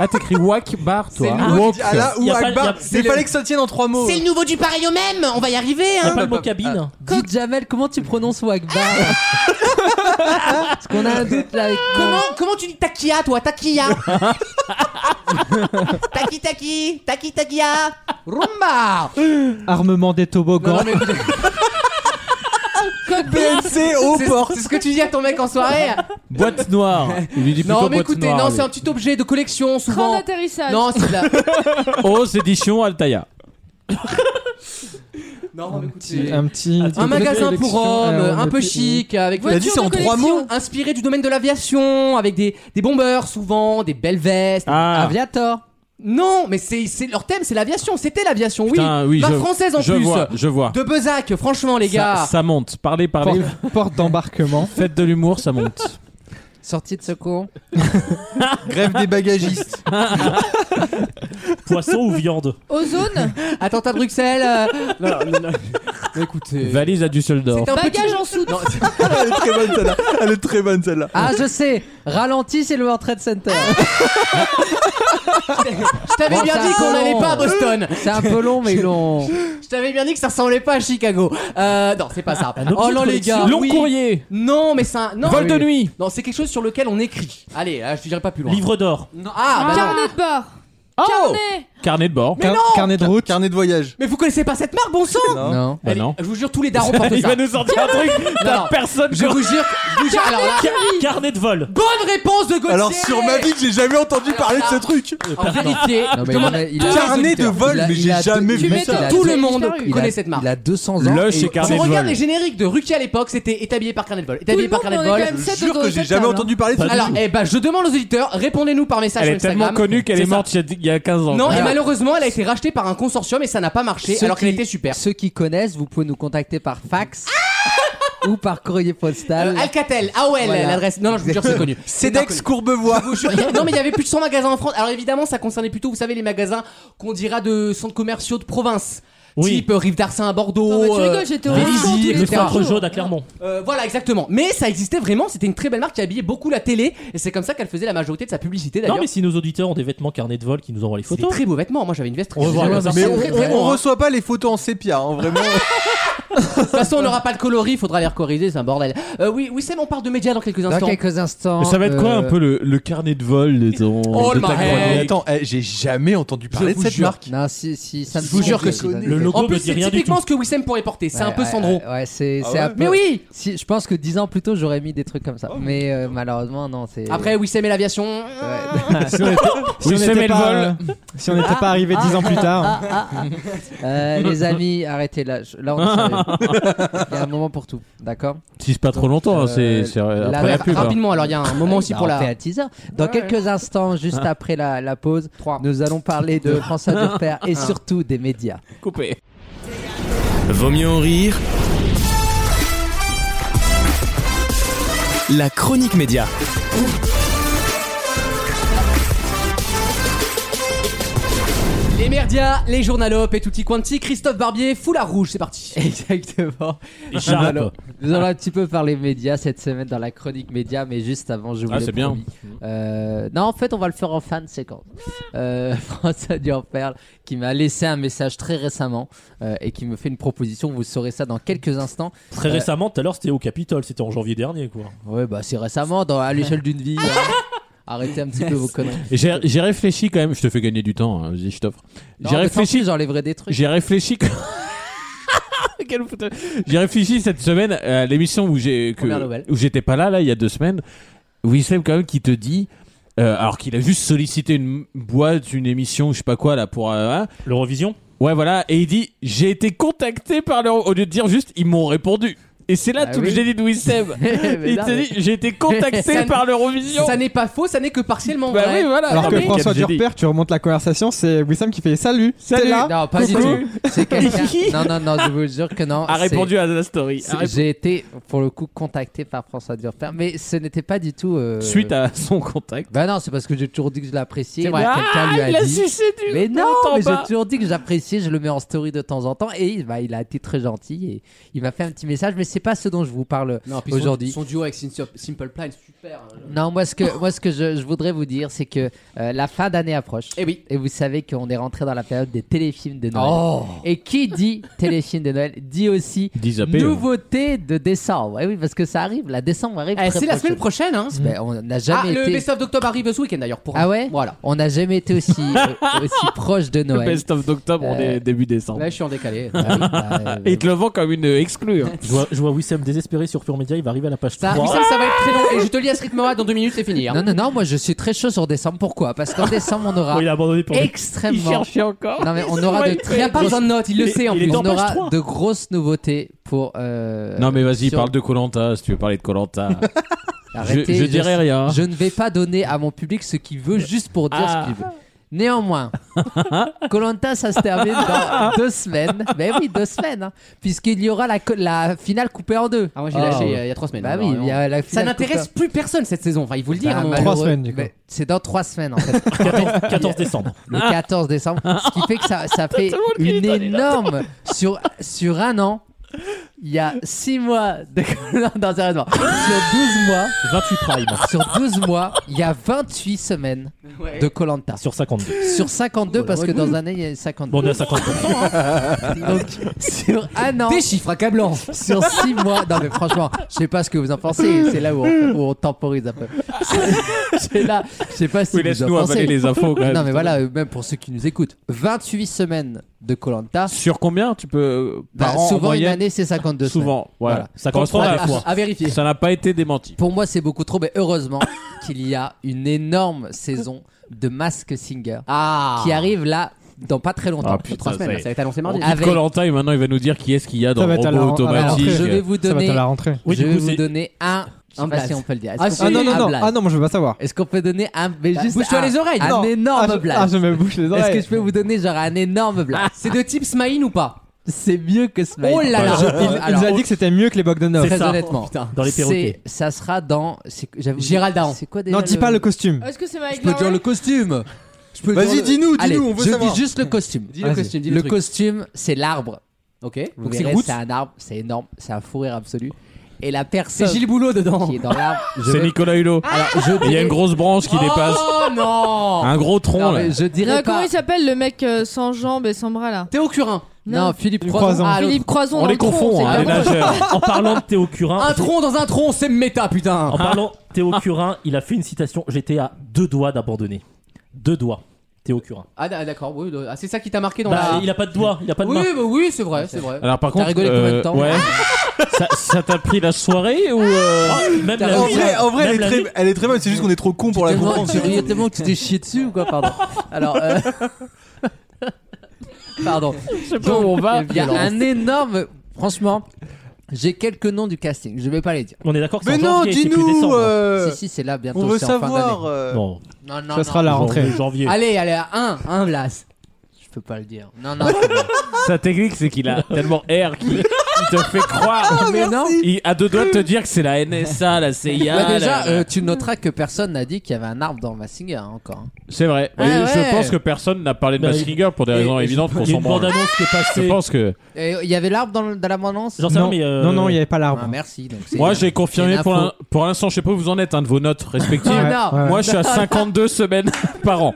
Speaker 3: ah t'écris Wack Bar
Speaker 2: C'est
Speaker 3: toi.
Speaker 2: le-
Speaker 4: Walk.
Speaker 2: Ah,
Speaker 4: Allah
Speaker 8: Y
Speaker 4: ou
Speaker 8: a pas- y a-
Speaker 4: Akbar
Speaker 2: c'est
Speaker 4: Il
Speaker 2: le-
Speaker 4: fallait que ça tienne en trois mots
Speaker 2: C'est le nouveau du pareil au même. On va y arriver.
Speaker 8: T'as
Speaker 2: Hein.
Speaker 8: pas le
Speaker 4: bah,
Speaker 8: mot cabine
Speaker 7: Dis Jamel, comment tu prononces Wagbar
Speaker 4: Ah
Speaker 2: Parce qu'on a un doute là. Comment, comment tu dis takia toi Takia Taki taki Taki takia Rumba
Speaker 5: Armement des toboggans.
Speaker 2: Code BNC aux portes C'est ce que tu dis à ton mec en soirée
Speaker 3: Boîte noire. Il lui dit plutôt
Speaker 2: Non mais
Speaker 3: boîte
Speaker 2: écoutez,
Speaker 3: noire,
Speaker 2: non
Speaker 3: lui.
Speaker 2: c'est un petit objet de collection souvent.
Speaker 6: Train d'atterrissage.
Speaker 2: Non c'est de la...
Speaker 3: Hausse édition Altaïa.
Speaker 2: Non mais
Speaker 5: petit- un petit-
Speaker 2: Un
Speaker 5: petit-
Speaker 2: magasin pour
Speaker 5: collection,
Speaker 2: hommes,
Speaker 5: euh,
Speaker 2: un
Speaker 5: de
Speaker 2: peu
Speaker 5: petits-
Speaker 2: chic, avec
Speaker 5: Il a dit ça en trois mots.
Speaker 2: inspiré du domaine de l'aviation, avec des, des bombeurs souvent, des belles vestes.
Speaker 3: Ah.
Speaker 2: Aviator. Non, mais c'est c'est- leur thème, c'est l'aviation. C'était l'aviation, oui.
Speaker 3: Putain, oui,
Speaker 2: La
Speaker 3: je-
Speaker 2: française en
Speaker 3: je
Speaker 2: plus.
Speaker 3: vois, je vois.
Speaker 2: De Bezac, franchement les
Speaker 3: Ça-
Speaker 2: gars.
Speaker 3: Ça, monte. Parlez, parlez.
Speaker 5: Porte, d'embarquement.
Speaker 3: Faites de l'humour, ça monte.
Speaker 2: Sortie de secours.
Speaker 4: Grève des bagagistes.
Speaker 8: Poisson ou viande
Speaker 6: Ozone
Speaker 2: Attentat de Bruxelles. euh, non, non, non, non.
Speaker 4: Bah,
Speaker 2: Écoutez.
Speaker 3: Valise à Düsseldorf.
Speaker 2: C'est un
Speaker 6: Bagage en soute
Speaker 4: Elle est très bonne celle-là. Elle est très bonne celle-là.
Speaker 7: Ah, je sais. Ralenti, c'est le World Trade Center.
Speaker 2: Je t'avais
Speaker 7: Bon,
Speaker 2: bien
Speaker 7: ça
Speaker 2: dit qu'on
Speaker 7: va.
Speaker 2: n'allait pas à
Speaker 3: Euh,
Speaker 2: Boston.
Speaker 7: C'est un peu long, mais ils l'ont.
Speaker 2: Je t'avais bien dit que ça ressemblait pas à Chicago. Euh, non, c'est pas ça.
Speaker 3: Ah,
Speaker 7: Un objet
Speaker 2: Oh
Speaker 7: de
Speaker 2: non, les
Speaker 7: collection.
Speaker 2: gars.
Speaker 3: Long
Speaker 2: oui.
Speaker 3: courrier.
Speaker 2: Non, mais c'est un. Non,
Speaker 3: Vol de
Speaker 2: Oui.
Speaker 3: nuit.
Speaker 2: Non, c'est quelque chose sur lequel on écrit. Allez, là, je te dirai pas plus loin.
Speaker 8: Livre d'or.
Speaker 2: Non, ah, bah non.
Speaker 6: Carnet de bord
Speaker 2: Oh
Speaker 6: Carnet
Speaker 3: Carnet de bord.
Speaker 2: Mais non
Speaker 5: Carnet de route.
Speaker 4: Carnet de voyage.
Speaker 2: Oh. Mais vous connaissez pas cette marque, bon sang
Speaker 4: Hein
Speaker 7: Non.
Speaker 3: Bah non.
Speaker 2: Je vous jure, tous les darons portent
Speaker 3: Il
Speaker 2: ça.
Speaker 3: va nous sortir un truc.
Speaker 2: Non,
Speaker 3: T'as
Speaker 2: non.
Speaker 3: personne.
Speaker 2: Je vous jure, je vous jure. Alors là,
Speaker 8: Ca- Carnet de vol.
Speaker 2: bonne réponse de Gauthier
Speaker 4: Alors sur ma vie, j'ai jamais entendu parler de ce truc.
Speaker 2: En vérité,
Speaker 7: Non, mais
Speaker 2: je demande-
Speaker 7: il a- il a-
Speaker 4: Carnet de vol,
Speaker 7: Il a-
Speaker 4: mais
Speaker 7: il
Speaker 4: j'ai
Speaker 7: a-
Speaker 4: jamais
Speaker 7: il
Speaker 4: vu
Speaker 7: met
Speaker 4: ça.
Speaker 7: dans-
Speaker 2: tout
Speaker 6: il
Speaker 2: le
Speaker 6: a-
Speaker 2: monde
Speaker 6: il a-
Speaker 2: connaît cette marque.
Speaker 7: Il a 200 ans.
Speaker 3: Le
Speaker 7: et-
Speaker 3: chez
Speaker 2: Si
Speaker 3: Carnet
Speaker 2: on
Speaker 3: de
Speaker 2: regarde les
Speaker 3: vol.
Speaker 2: génériques de Ruki à l'époque, c'était établi par carnet de vol. Établi
Speaker 6: le
Speaker 2: par
Speaker 6: monde,
Speaker 2: carnet de
Speaker 6: on est
Speaker 2: vol.
Speaker 6: quand même
Speaker 4: Je
Speaker 6: sept
Speaker 4: jure
Speaker 6: autour
Speaker 4: que
Speaker 6: de
Speaker 4: j'ai
Speaker 6: cette
Speaker 4: jamais
Speaker 6: table, hein.
Speaker 4: entendu parler de ce
Speaker 2: Alors,
Speaker 4: truc.
Speaker 2: eh ben, je demande aux auditeurs, répondez-nous par message
Speaker 3: Elle
Speaker 2: sur
Speaker 3: est tellement
Speaker 2: Instagram.
Speaker 3: connue qu'elle
Speaker 2: C'est
Speaker 3: est
Speaker 2: ça.
Speaker 3: morte il y a- il y a 15 ans.
Speaker 2: Non, et
Speaker 7: Alors-
Speaker 2: malheureusement, elle a été rachetée par un consortium et ça n'a pas marché,
Speaker 7: Ceux
Speaker 2: alors qu'elle
Speaker 7: qui-
Speaker 2: était super.
Speaker 7: Ceux qui connaissent, vous pouvez nous contacter par fax
Speaker 4: Ah
Speaker 7: ou par courrier postal.
Speaker 2: Euh, Alcatel, AOL,
Speaker 7: Voilà.
Speaker 2: l'adresse. Non, non, je vous jure, c'est connu.
Speaker 4: Cedex Courbevoie.
Speaker 2: Je vous jure, il y a- non mais il y avait plus de 100 magasins en France. Alors évidemment, ça concernait plutôt, vous savez, les magasins qu'on dira de centres commerciaux de province.
Speaker 8: Oui.
Speaker 2: Type euh, Rive d'Arcin à
Speaker 6: Non,
Speaker 2: Bordeaux.
Speaker 6: mais bah, tu
Speaker 2: euh,
Speaker 6: rigoles, j'étais au
Speaker 2: Vélizy,
Speaker 6: Auchan tous les
Speaker 8: Le
Speaker 2: etc.
Speaker 6: jours.
Speaker 8: centre jaune à Clermont.
Speaker 2: Euh, voilà, exactement. Mais ça existait vraiment, c'était une très belle marque qui habillait beaucoup la télé et c'est comme ça qu'elle faisait la majorité de sa publicité d'ailleurs.
Speaker 8: Non, mais si nos auditeurs ont des vêtements carnet de vol qui nous envoient les
Speaker 2: C'est des
Speaker 8: photos.
Speaker 2: très beaux vêtements. Moi j'avais une veste très
Speaker 8: On va voir.
Speaker 2: très-
Speaker 8: ça.
Speaker 4: Mais
Speaker 2: c'est
Speaker 4: on,
Speaker 2: très, très
Speaker 4: on-
Speaker 2: bon,
Speaker 4: on
Speaker 2: hein.
Speaker 4: reçoit pas les photos en sépia, hein, vraiment.
Speaker 2: De toute façon, on n'aura pas le coloris, il faudra les recoriser, c'est un bordel. Euh, oui, oui, Sam, on parle de médias dans quelques
Speaker 7: Dans
Speaker 2: instants.
Speaker 7: quelques instants.
Speaker 3: Mais ça va être quoi
Speaker 7: euh,
Speaker 3: un peu le, le carnet de vol de ton
Speaker 2: Oh,
Speaker 3: de
Speaker 2: le
Speaker 3: ta
Speaker 2: marrant.
Speaker 4: Mais
Speaker 3: chronique
Speaker 4: attends, eh, j'ai jamais entendu parler de
Speaker 2: vous
Speaker 4: cette
Speaker 2: jure.
Speaker 4: marque.
Speaker 7: Non, si, si, ça me
Speaker 4: Je vous jure
Speaker 7: semble
Speaker 4: que c'est-
Speaker 7: c'est-
Speaker 8: Le logo
Speaker 2: En plus,
Speaker 8: me dit
Speaker 2: c'est
Speaker 8: rien du tout.
Speaker 2: typiquement ce que Wissem pourrait porter. C'est
Speaker 7: Ouais,
Speaker 2: un peu
Speaker 7: ouais,
Speaker 2: Sandro.
Speaker 7: Ouais, ouais, c'est
Speaker 4: Ah
Speaker 7: c'est un
Speaker 4: ouais Oh.
Speaker 7: peu-
Speaker 2: Mais oui
Speaker 7: Si, je pense que 10 ans plus tôt, j'aurais mis des trucs comme ça. Mais euh, malheureusement, non, c'est.
Speaker 2: Après, Wissem et l'aviation.
Speaker 7: Ouais.
Speaker 2: Ah.
Speaker 5: si on était, si
Speaker 3: Oui,
Speaker 5: on
Speaker 3: c'est
Speaker 5: était
Speaker 3: mais le
Speaker 5: pas,
Speaker 3: vol.
Speaker 5: euh, si on n'était pas arrivé dix
Speaker 2: ah,
Speaker 5: ans plus tard.
Speaker 7: Euh, les amis, arrêtez là. Je- Là, on est sérieux. Il y a un moment pour tout, d'accord
Speaker 3: Si c'est pas trop longtemps, hein, c'est
Speaker 7: Euh,
Speaker 3: c'est
Speaker 7: la-
Speaker 3: après la
Speaker 7: la-
Speaker 3: pub. hein.
Speaker 2: Rapidement, alors il y a un moment aussi
Speaker 7: Bah,
Speaker 2: pour
Speaker 7: on
Speaker 2: la.
Speaker 7: fait un teaser. Dans quelques instants, juste après la, la pause, nous allons parler de François Durper et surtout des médias.
Speaker 3: Coupé.
Speaker 1: Vaut mieux en rire. La chronique média.
Speaker 2: Les merdias, les journalopes et tutti quanti, Christophe Barbier, foulard rouge, c'est parti.
Speaker 7: Exactement.
Speaker 8: Et Charles.
Speaker 7: Alors, Nous allons un petit peu parler médias cette semaine dans la chronique média, mais juste avant, je vous
Speaker 3: Ah,
Speaker 7: l'ai
Speaker 3: c'est bien.
Speaker 7: promis. Euh, non, en fait, on va le faire en fin de séquence. Euh, François Durperle qui m'a laissé un message très récemment euh, et qui me fait une proposition. Vous saurez ça dans quelques instants.
Speaker 8: Très récemment, tout à l'heure, c'était au Capitole. C'était en janvier dernier, quoi.
Speaker 7: Ouais, bah c'est récemment, dans, à l'échelle d'une vie. hein. Arrêtez un petit peu vos conneries.
Speaker 3: Et J'ai j'ai réfléchi quand même. Je te fais gagner du temps. hein, vas-y, je t'offre.
Speaker 7: Non,
Speaker 3: J'ai
Speaker 7: mais tant
Speaker 3: réfléchi.
Speaker 7: pis, J'enlèverai des trucs.
Speaker 3: J'ai réfléchi. que- Quel foutu- J'ai réfléchi cette semaine à l'émission où j'ai que-
Speaker 2: Première nouvelle.
Speaker 3: où j'étais pas là là il y a deux semaines. Wissem quand même qui te dit. euh, alors qu'il a juste sollicité une boîte, une émission, je sais pas quoi là pour euh, hein.
Speaker 8: L'Eurovision.
Speaker 3: ouais voilà et il dit j'ai été contacté par leur au lieu de dire juste ils m'ont répondu et c'est là
Speaker 7: Ah
Speaker 3: tout
Speaker 7: oui.
Speaker 3: le génie de Wissem
Speaker 7: Mais
Speaker 3: il
Speaker 7: non,
Speaker 3: te
Speaker 7: mais-
Speaker 3: dit j'ai été contacté
Speaker 2: Ça-
Speaker 3: par l'Eurovision
Speaker 2: Ça n'est pas faux, ça n'est que partiellement
Speaker 3: bah
Speaker 2: vrai.
Speaker 3: oui voilà
Speaker 5: Alors que
Speaker 3: Mais-
Speaker 5: François
Speaker 3: Quel génie.
Speaker 5: Durper, tu remontes la conversation, c'est Wissam qui fait salut.
Speaker 3: Salut.
Speaker 5: t'es là
Speaker 7: Non, pas du
Speaker 5: Coucou.
Speaker 7: tout. C'est quelqu'un. Non, non, non, je vous jure que non.
Speaker 3: a
Speaker 7: Ah, c'est-
Speaker 3: répondu à la story Ah,
Speaker 7: c'est-
Speaker 3: A répondu-
Speaker 7: J'ai été, pour le coup, contacté par François Durper, mais ce n'était pas du tout. euh,
Speaker 3: suite à son contact
Speaker 7: Bah non, c'est parce que j'ai toujours dit que je l'appréciais.
Speaker 2: C'est
Speaker 7: et
Speaker 2: vrai.
Speaker 7: là, Quelqu'un lui a dit.
Speaker 3: du
Speaker 7: Mais non, mais j'ai
Speaker 3: bas.
Speaker 7: toujours dit que j'appréciais, je le mets en story de temps en temps et bah, il a été très gentil et il m'a fait un petit message, mais
Speaker 2: c'est pas ce dont je vous parle
Speaker 7: puis son-
Speaker 2: aujourd'hui.
Speaker 7: Son duo avec Sim- Simple Plan, super. hein.
Speaker 2: Non, moi ce que, moi, ce que je, je voudrais vous dire, c'est que euh, la fin d'année approche. Et
Speaker 7: Eh oui.
Speaker 2: Et vous savez qu'on est rentré dans la période des téléfilms de Noël.
Speaker 7: Oh.
Speaker 2: Et qui dit téléfilm de Noël dit aussi
Speaker 3: zappés,
Speaker 2: nouveauté de décembre. Et oui, parce que ça arrive, la décembre arrive.
Speaker 7: Eh,
Speaker 2: très
Speaker 7: c'est la semaine prochaine, hein.
Speaker 2: Ben, on n'a
Speaker 7: Ah,
Speaker 2: jamais
Speaker 7: le
Speaker 2: été.
Speaker 7: best-of d'octobre arrive ce week-end d'ailleurs pour
Speaker 2: Ah ouais
Speaker 7: Voilà.
Speaker 2: On n'a jamais été aussi, euh, aussi proche de
Speaker 3: Le
Speaker 2: Noël. Eh, bah
Speaker 3: best-of d'octobre, on
Speaker 2: Euh,
Speaker 3: est début décembre.
Speaker 7: Là, Eh, je suis en décalé.
Speaker 3: Et il te le vend comme une exclue. hein.
Speaker 8: Je vois, je vois Wissem désespéré sur Pure Media, il va arriver à la page
Speaker 7: Ça,
Speaker 8: 3.
Speaker 7: oui, Ah, ça, ça va être très long. Et je te lis à ce rythme-là, dans deux minutes, c'est fini. hein.
Speaker 2: Non, non, non, moi je suis très chaud sur décembre. Pourquoi Parce qu'en décembre, on aura
Speaker 8: Oh, il a abandonné pour
Speaker 2: extrêmement.
Speaker 8: Il cherchait encore.
Speaker 2: Non, mais on aura de
Speaker 8: Il
Speaker 2: très.
Speaker 7: Il a pas
Speaker 2: grosses-
Speaker 7: besoin de notes, il le sait en
Speaker 8: il est
Speaker 7: plus.
Speaker 8: en
Speaker 2: On
Speaker 8: page
Speaker 2: aura
Speaker 8: 3.
Speaker 2: de grosses nouveautés pour. euh,
Speaker 3: non, mais vas-y,
Speaker 2: sur-
Speaker 3: parle de Colanta si tu veux parler de Colanta.
Speaker 2: Arrêtez,
Speaker 3: je dirai rien.
Speaker 2: Je ne vais pas donner à mon public ce qu'il veut juste pour dire
Speaker 3: Hein. Ah.
Speaker 2: ce qu'il veut. Néanmoins, Colanta, ça se termine dans deux semaines. Ben oui, deux semaines, hein, puisqu'il y aura la, co- la finale coupée en deux.
Speaker 7: Ah, moi, j'ai lâché euh, il y a trois semaines.
Speaker 2: Bah
Speaker 7: alors,
Speaker 2: oui,
Speaker 7: vraiment.
Speaker 2: il y a la
Speaker 7: Ça
Speaker 2: finale
Speaker 7: n'intéresse
Speaker 2: coupée-
Speaker 7: plus personne cette saison, enfin, il faut le dire. hein. à
Speaker 2: Bah,
Speaker 7: un moment.
Speaker 2: malheureux-
Speaker 5: semaines, du coup.
Speaker 2: mais C'est dans trois semaines en fait.
Speaker 8: 14, 14 décembre.
Speaker 2: le 14 décembre, ce qui fait que ça, ça fait une énorme sur sur un an. Il y a 6 mois de non, non, sérieusement. sur 12 mois,
Speaker 8: 28 Prime.
Speaker 2: sur 12 mois, il y a 28 semaines
Speaker 7: Ouais.
Speaker 2: de Colanta.
Speaker 8: Sur 52.
Speaker 2: Sur 52 parce que
Speaker 7: ouais,
Speaker 2: dans un an il y a 52.
Speaker 8: Bon, on est à 50%.
Speaker 2: Donc sur un an,
Speaker 7: Des chiffres accablants.
Speaker 2: sur 6 mois. Non mais franchement, je sais pas ce que vous en pensez. C'est là où on, où on temporise un peu. C'est- C'est là, je sais pas si
Speaker 3: Oui,
Speaker 2: vous en
Speaker 3: laisse-nous
Speaker 2: pensez.
Speaker 3: avaler les infos quand même.
Speaker 2: Non mais voilà, euh, même pour ceux qui nous écoutent, 28 semaines de Colanta.
Speaker 3: Sur combien tu peux. euh, Par an, en
Speaker 2: Bah, souvent une
Speaker 3: moyenne
Speaker 2: année c'est 52 semaines.
Speaker 3: Souvent, voilà.
Speaker 2: Voilà.
Speaker 8: Ça correspond à la fois.
Speaker 7: À vérifier.
Speaker 3: Ça n'a pas été démenti.
Speaker 2: Pour moi c'est beaucoup trop, mais heureusement qu'il y a une énorme saison de Mask Singer
Speaker 7: Ah.
Speaker 2: qui arrive là dans pas très longtemps.
Speaker 3: Ah,
Speaker 7: Dans
Speaker 3: putain,
Speaker 7: trois
Speaker 3: ça
Speaker 7: semaines,
Speaker 3: y est.
Speaker 7: ça va être annoncé mardi.
Speaker 2: Ah, Avec-
Speaker 3: Colanta, et maintenant il va nous dire qui est-ce qu'il y a dans
Speaker 5: Ça
Speaker 3: le
Speaker 5: va être à la-
Speaker 3: robot
Speaker 5: à la rentrée.
Speaker 3: automatique.
Speaker 2: Alors, je vais vous
Speaker 5: Ça va
Speaker 2: donner
Speaker 5: être à la rentrée.
Speaker 8: Oui,
Speaker 2: je
Speaker 8: du
Speaker 2: vais
Speaker 8: coup,
Speaker 2: vous
Speaker 8: c'est-
Speaker 2: donner un. Je
Speaker 7: Un
Speaker 2: sais pas
Speaker 7: blaze.
Speaker 2: si on peut le dire. Est-ce
Speaker 7: Ah,
Speaker 2: qu'on
Speaker 7: si,
Speaker 2: peut
Speaker 5: Ah non,
Speaker 2: donner
Speaker 5: non,
Speaker 2: un
Speaker 5: non.
Speaker 2: blaze
Speaker 5: Ah non, moi je veux pas savoir.
Speaker 2: Est-ce qu'on peut donner un. mais
Speaker 7: Bah,
Speaker 2: juste
Speaker 7: bouge-toi
Speaker 2: un-
Speaker 7: les oreilles,
Speaker 2: Un
Speaker 7: non.
Speaker 2: énorme
Speaker 5: Ah, je,
Speaker 2: blaze.
Speaker 5: ah, je me bouche les
Speaker 2: Est-ce
Speaker 5: oreilles.
Speaker 2: que je peux vous donner genre un énorme blaze
Speaker 7: C'est de type Smaïn ou pas
Speaker 2: Ah. C'est mieux que Smile.
Speaker 7: Oh là là.
Speaker 2: Je-
Speaker 5: Il, il
Speaker 2: alors,
Speaker 5: nous a dit que c'était mieux que les Bogdanov.
Speaker 2: très
Speaker 8: ça.
Speaker 2: honnêtement.
Speaker 7: Putain.
Speaker 8: Dans les perroquets.
Speaker 2: c'est- Ça sera dans. c'est- j'avoue-
Speaker 7: Gérald Daron.
Speaker 2: C'est quoi déjà
Speaker 5: Non, dis pas le costume.
Speaker 6: Oh, Est-ce que c'est Mike
Speaker 2: Je peux dire le costume. Je peux
Speaker 4: Vas-y,
Speaker 2: dire le-
Speaker 4: dis-nous,
Speaker 2: Allez,
Speaker 4: dis-nous, on veut
Speaker 2: je
Speaker 4: savoir.
Speaker 2: dis juste le costume.
Speaker 7: Dis le
Speaker 5: Vas-y.
Speaker 7: costume, dis le,
Speaker 2: Le
Speaker 7: truc.
Speaker 2: costume, c'est l'arbre.
Speaker 7: Ok.
Speaker 2: Vous
Speaker 7: Donc c'est
Speaker 2: verrez,
Speaker 7: Roots.
Speaker 2: c'est un arbre, c'est énorme, c'est un fou rire absolu. Et la
Speaker 7: C'est
Speaker 2: personne
Speaker 7: Gilles Boulot dedans.
Speaker 2: qui est dans l'arbre, je
Speaker 3: C'est
Speaker 2: vais-
Speaker 3: Nicolas Hulot.
Speaker 2: Alors, je
Speaker 3: Et il y a
Speaker 2: dirais-
Speaker 3: une grosse branche qui dépasse.
Speaker 7: Oh non
Speaker 3: Un gros tronc
Speaker 2: Non,
Speaker 3: là.
Speaker 2: mais je dirais
Speaker 6: Comment
Speaker 2: pas.
Speaker 6: il s'appelle le mec euh, sans jambes et sans bras là
Speaker 7: Théo Curin.
Speaker 2: Non, Philippe
Speaker 5: Philippe
Speaker 2: Croizon.
Speaker 5: Croizon.
Speaker 2: Ah, l'autre.
Speaker 6: Philippe Croison
Speaker 3: On
Speaker 6: dans
Speaker 3: les
Speaker 6: le tronc,
Speaker 3: confond,
Speaker 6: c'est
Speaker 3: hein,
Speaker 6: pas
Speaker 3: les
Speaker 6: bon.
Speaker 3: nageurs.
Speaker 8: En parlant de Théo
Speaker 2: Ah,
Speaker 8: Curin.
Speaker 7: Un tronc dans un tronc, c'est méta putain.
Speaker 8: En parlant de Théo Curin, il a fait une citation. J'étais à deux doigts d'abandonner. Deux doigts. Théo Curin.
Speaker 7: Ah d- d'accord, oui,
Speaker 2: euh,
Speaker 7: le- ah, c'est ça qui t'a marqué dans
Speaker 8: Bah,
Speaker 7: la.
Speaker 8: il a pas de doigts, il a pas de
Speaker 7: oui,
Speaker 8: main.
Speaker 7: bah oui, c'est vrai, c'est vrai.
Speaker 3: Alors par
Speaker 2: T'as
Speaker 3: contre, euh,
Speaker 2: rigolé combien de temps
Speaker 3: ouais. ça, ça t'a pris la soirée ou euh,
Speaker 8: Ah, même la
Speaker 4: En
Speaker 8: vie,
Speaker 4: vrai, en vrai,
Speaker 8: même
Speaker 4: elle, est
Speaker 8: la
Speaker 4: très,
Speaker 8: vie.
Speaker 4: elle est très bonne, c'est juste qu'on est trop con pour la
Speaker 2: Tellement-
Speaker 4: comprendre.
Speaker 2: tu riais tellement que tu t'es chié dessus ou quoi Pardon. Alors. euh, Pardon. Donc, Il y a un énorme. Franchement, j'ai quelques noms du casting. Je vais pas les dire.
Speaker 8: On est d'accord que c'est
Speaker 4: Mais
Speaker 8: en
Speaker 4: non,
Speaker 8: janvier, c'est plus
Speaker 4: dis-nous
Speaker 8: décembre.
Speaker 4: euh,
Speaker 2: si, si, c'est là bientôt.
Speaker 4: On veut
Speaker 2: c'est en fin
Speaker 4: savoir
Speaker 2: d'année.
Speaker 4: euh,
Speaker 8: Non,
Speaker 2: Non, non,
Speaker 5: Ça sera
Speaker 2: non.
Speaker 5: la rentrée.
Speaker 8: janvier,
Speaker 3: Ah.
Speaker 8: janvier.
Speaker 2: Allez, allez, à un, un Blas. Je peux pas le dire. Non, non. c'est bon.
Speaker 3: sa technique c'est qu'il a tellement air qu'il il te fait croire.
Speaker 2: Mais non.
Speaker 3: Il a deux doigts de te dire que c'est la NSA, la CIA.
Speaker 2: Bah, déjà,
Speaker 3: la-
Speaker 2: euh, tu noteras que personne n'a dit qu'il y avait un arbre dans Massinger hein, encore. hein.
Speaker 3: c'est vrai.
Speaker 2: Ah
Speaker 3: Et
Speaker 2: ouais.
Speaker 3: Je pense que personne n'a parlé de
Speaker 8: Bah,
Speaker 3: Massinger pour des raisons
Speaker 8: Et- et
Speaker 3: évidentes qu'on
Speaker 8: Il y a
Speaker 3: s'en
Speaker 8: une bande
Speaker 3: branle.
Speaker 8: annonce qui est
Speaker 3: Je
Speaker 8: passée.
Speaker 3: pense que
Speaker 2: Et Il y avait l'arbre dans, le- dans la bande-annonce
Speaker 8: J'en sais rien,
Speaker 5: Non,
Speaker 8: mais. euh,
Speaker 5: non, non, il n'y avait pas
Speaker 2: Ah,
Speaker 5: l'arbre.
Speaker 2: Merci. donc c'est-
Speaker 3: moi j'ai confirmé
Speaker 2: une
Speaker 3: pour
Speaker 2: info.
Speaker 3: l'in- pour l'instant, je sais pas où vous en êtes hein, de vos notes respectives.
Speaker 2: Ah,
Speaker 5: Ouais,
Speaker 2: non.
Speaker 5: ouais.
Speaker 3: Moi, je suis à 52 semaines par an.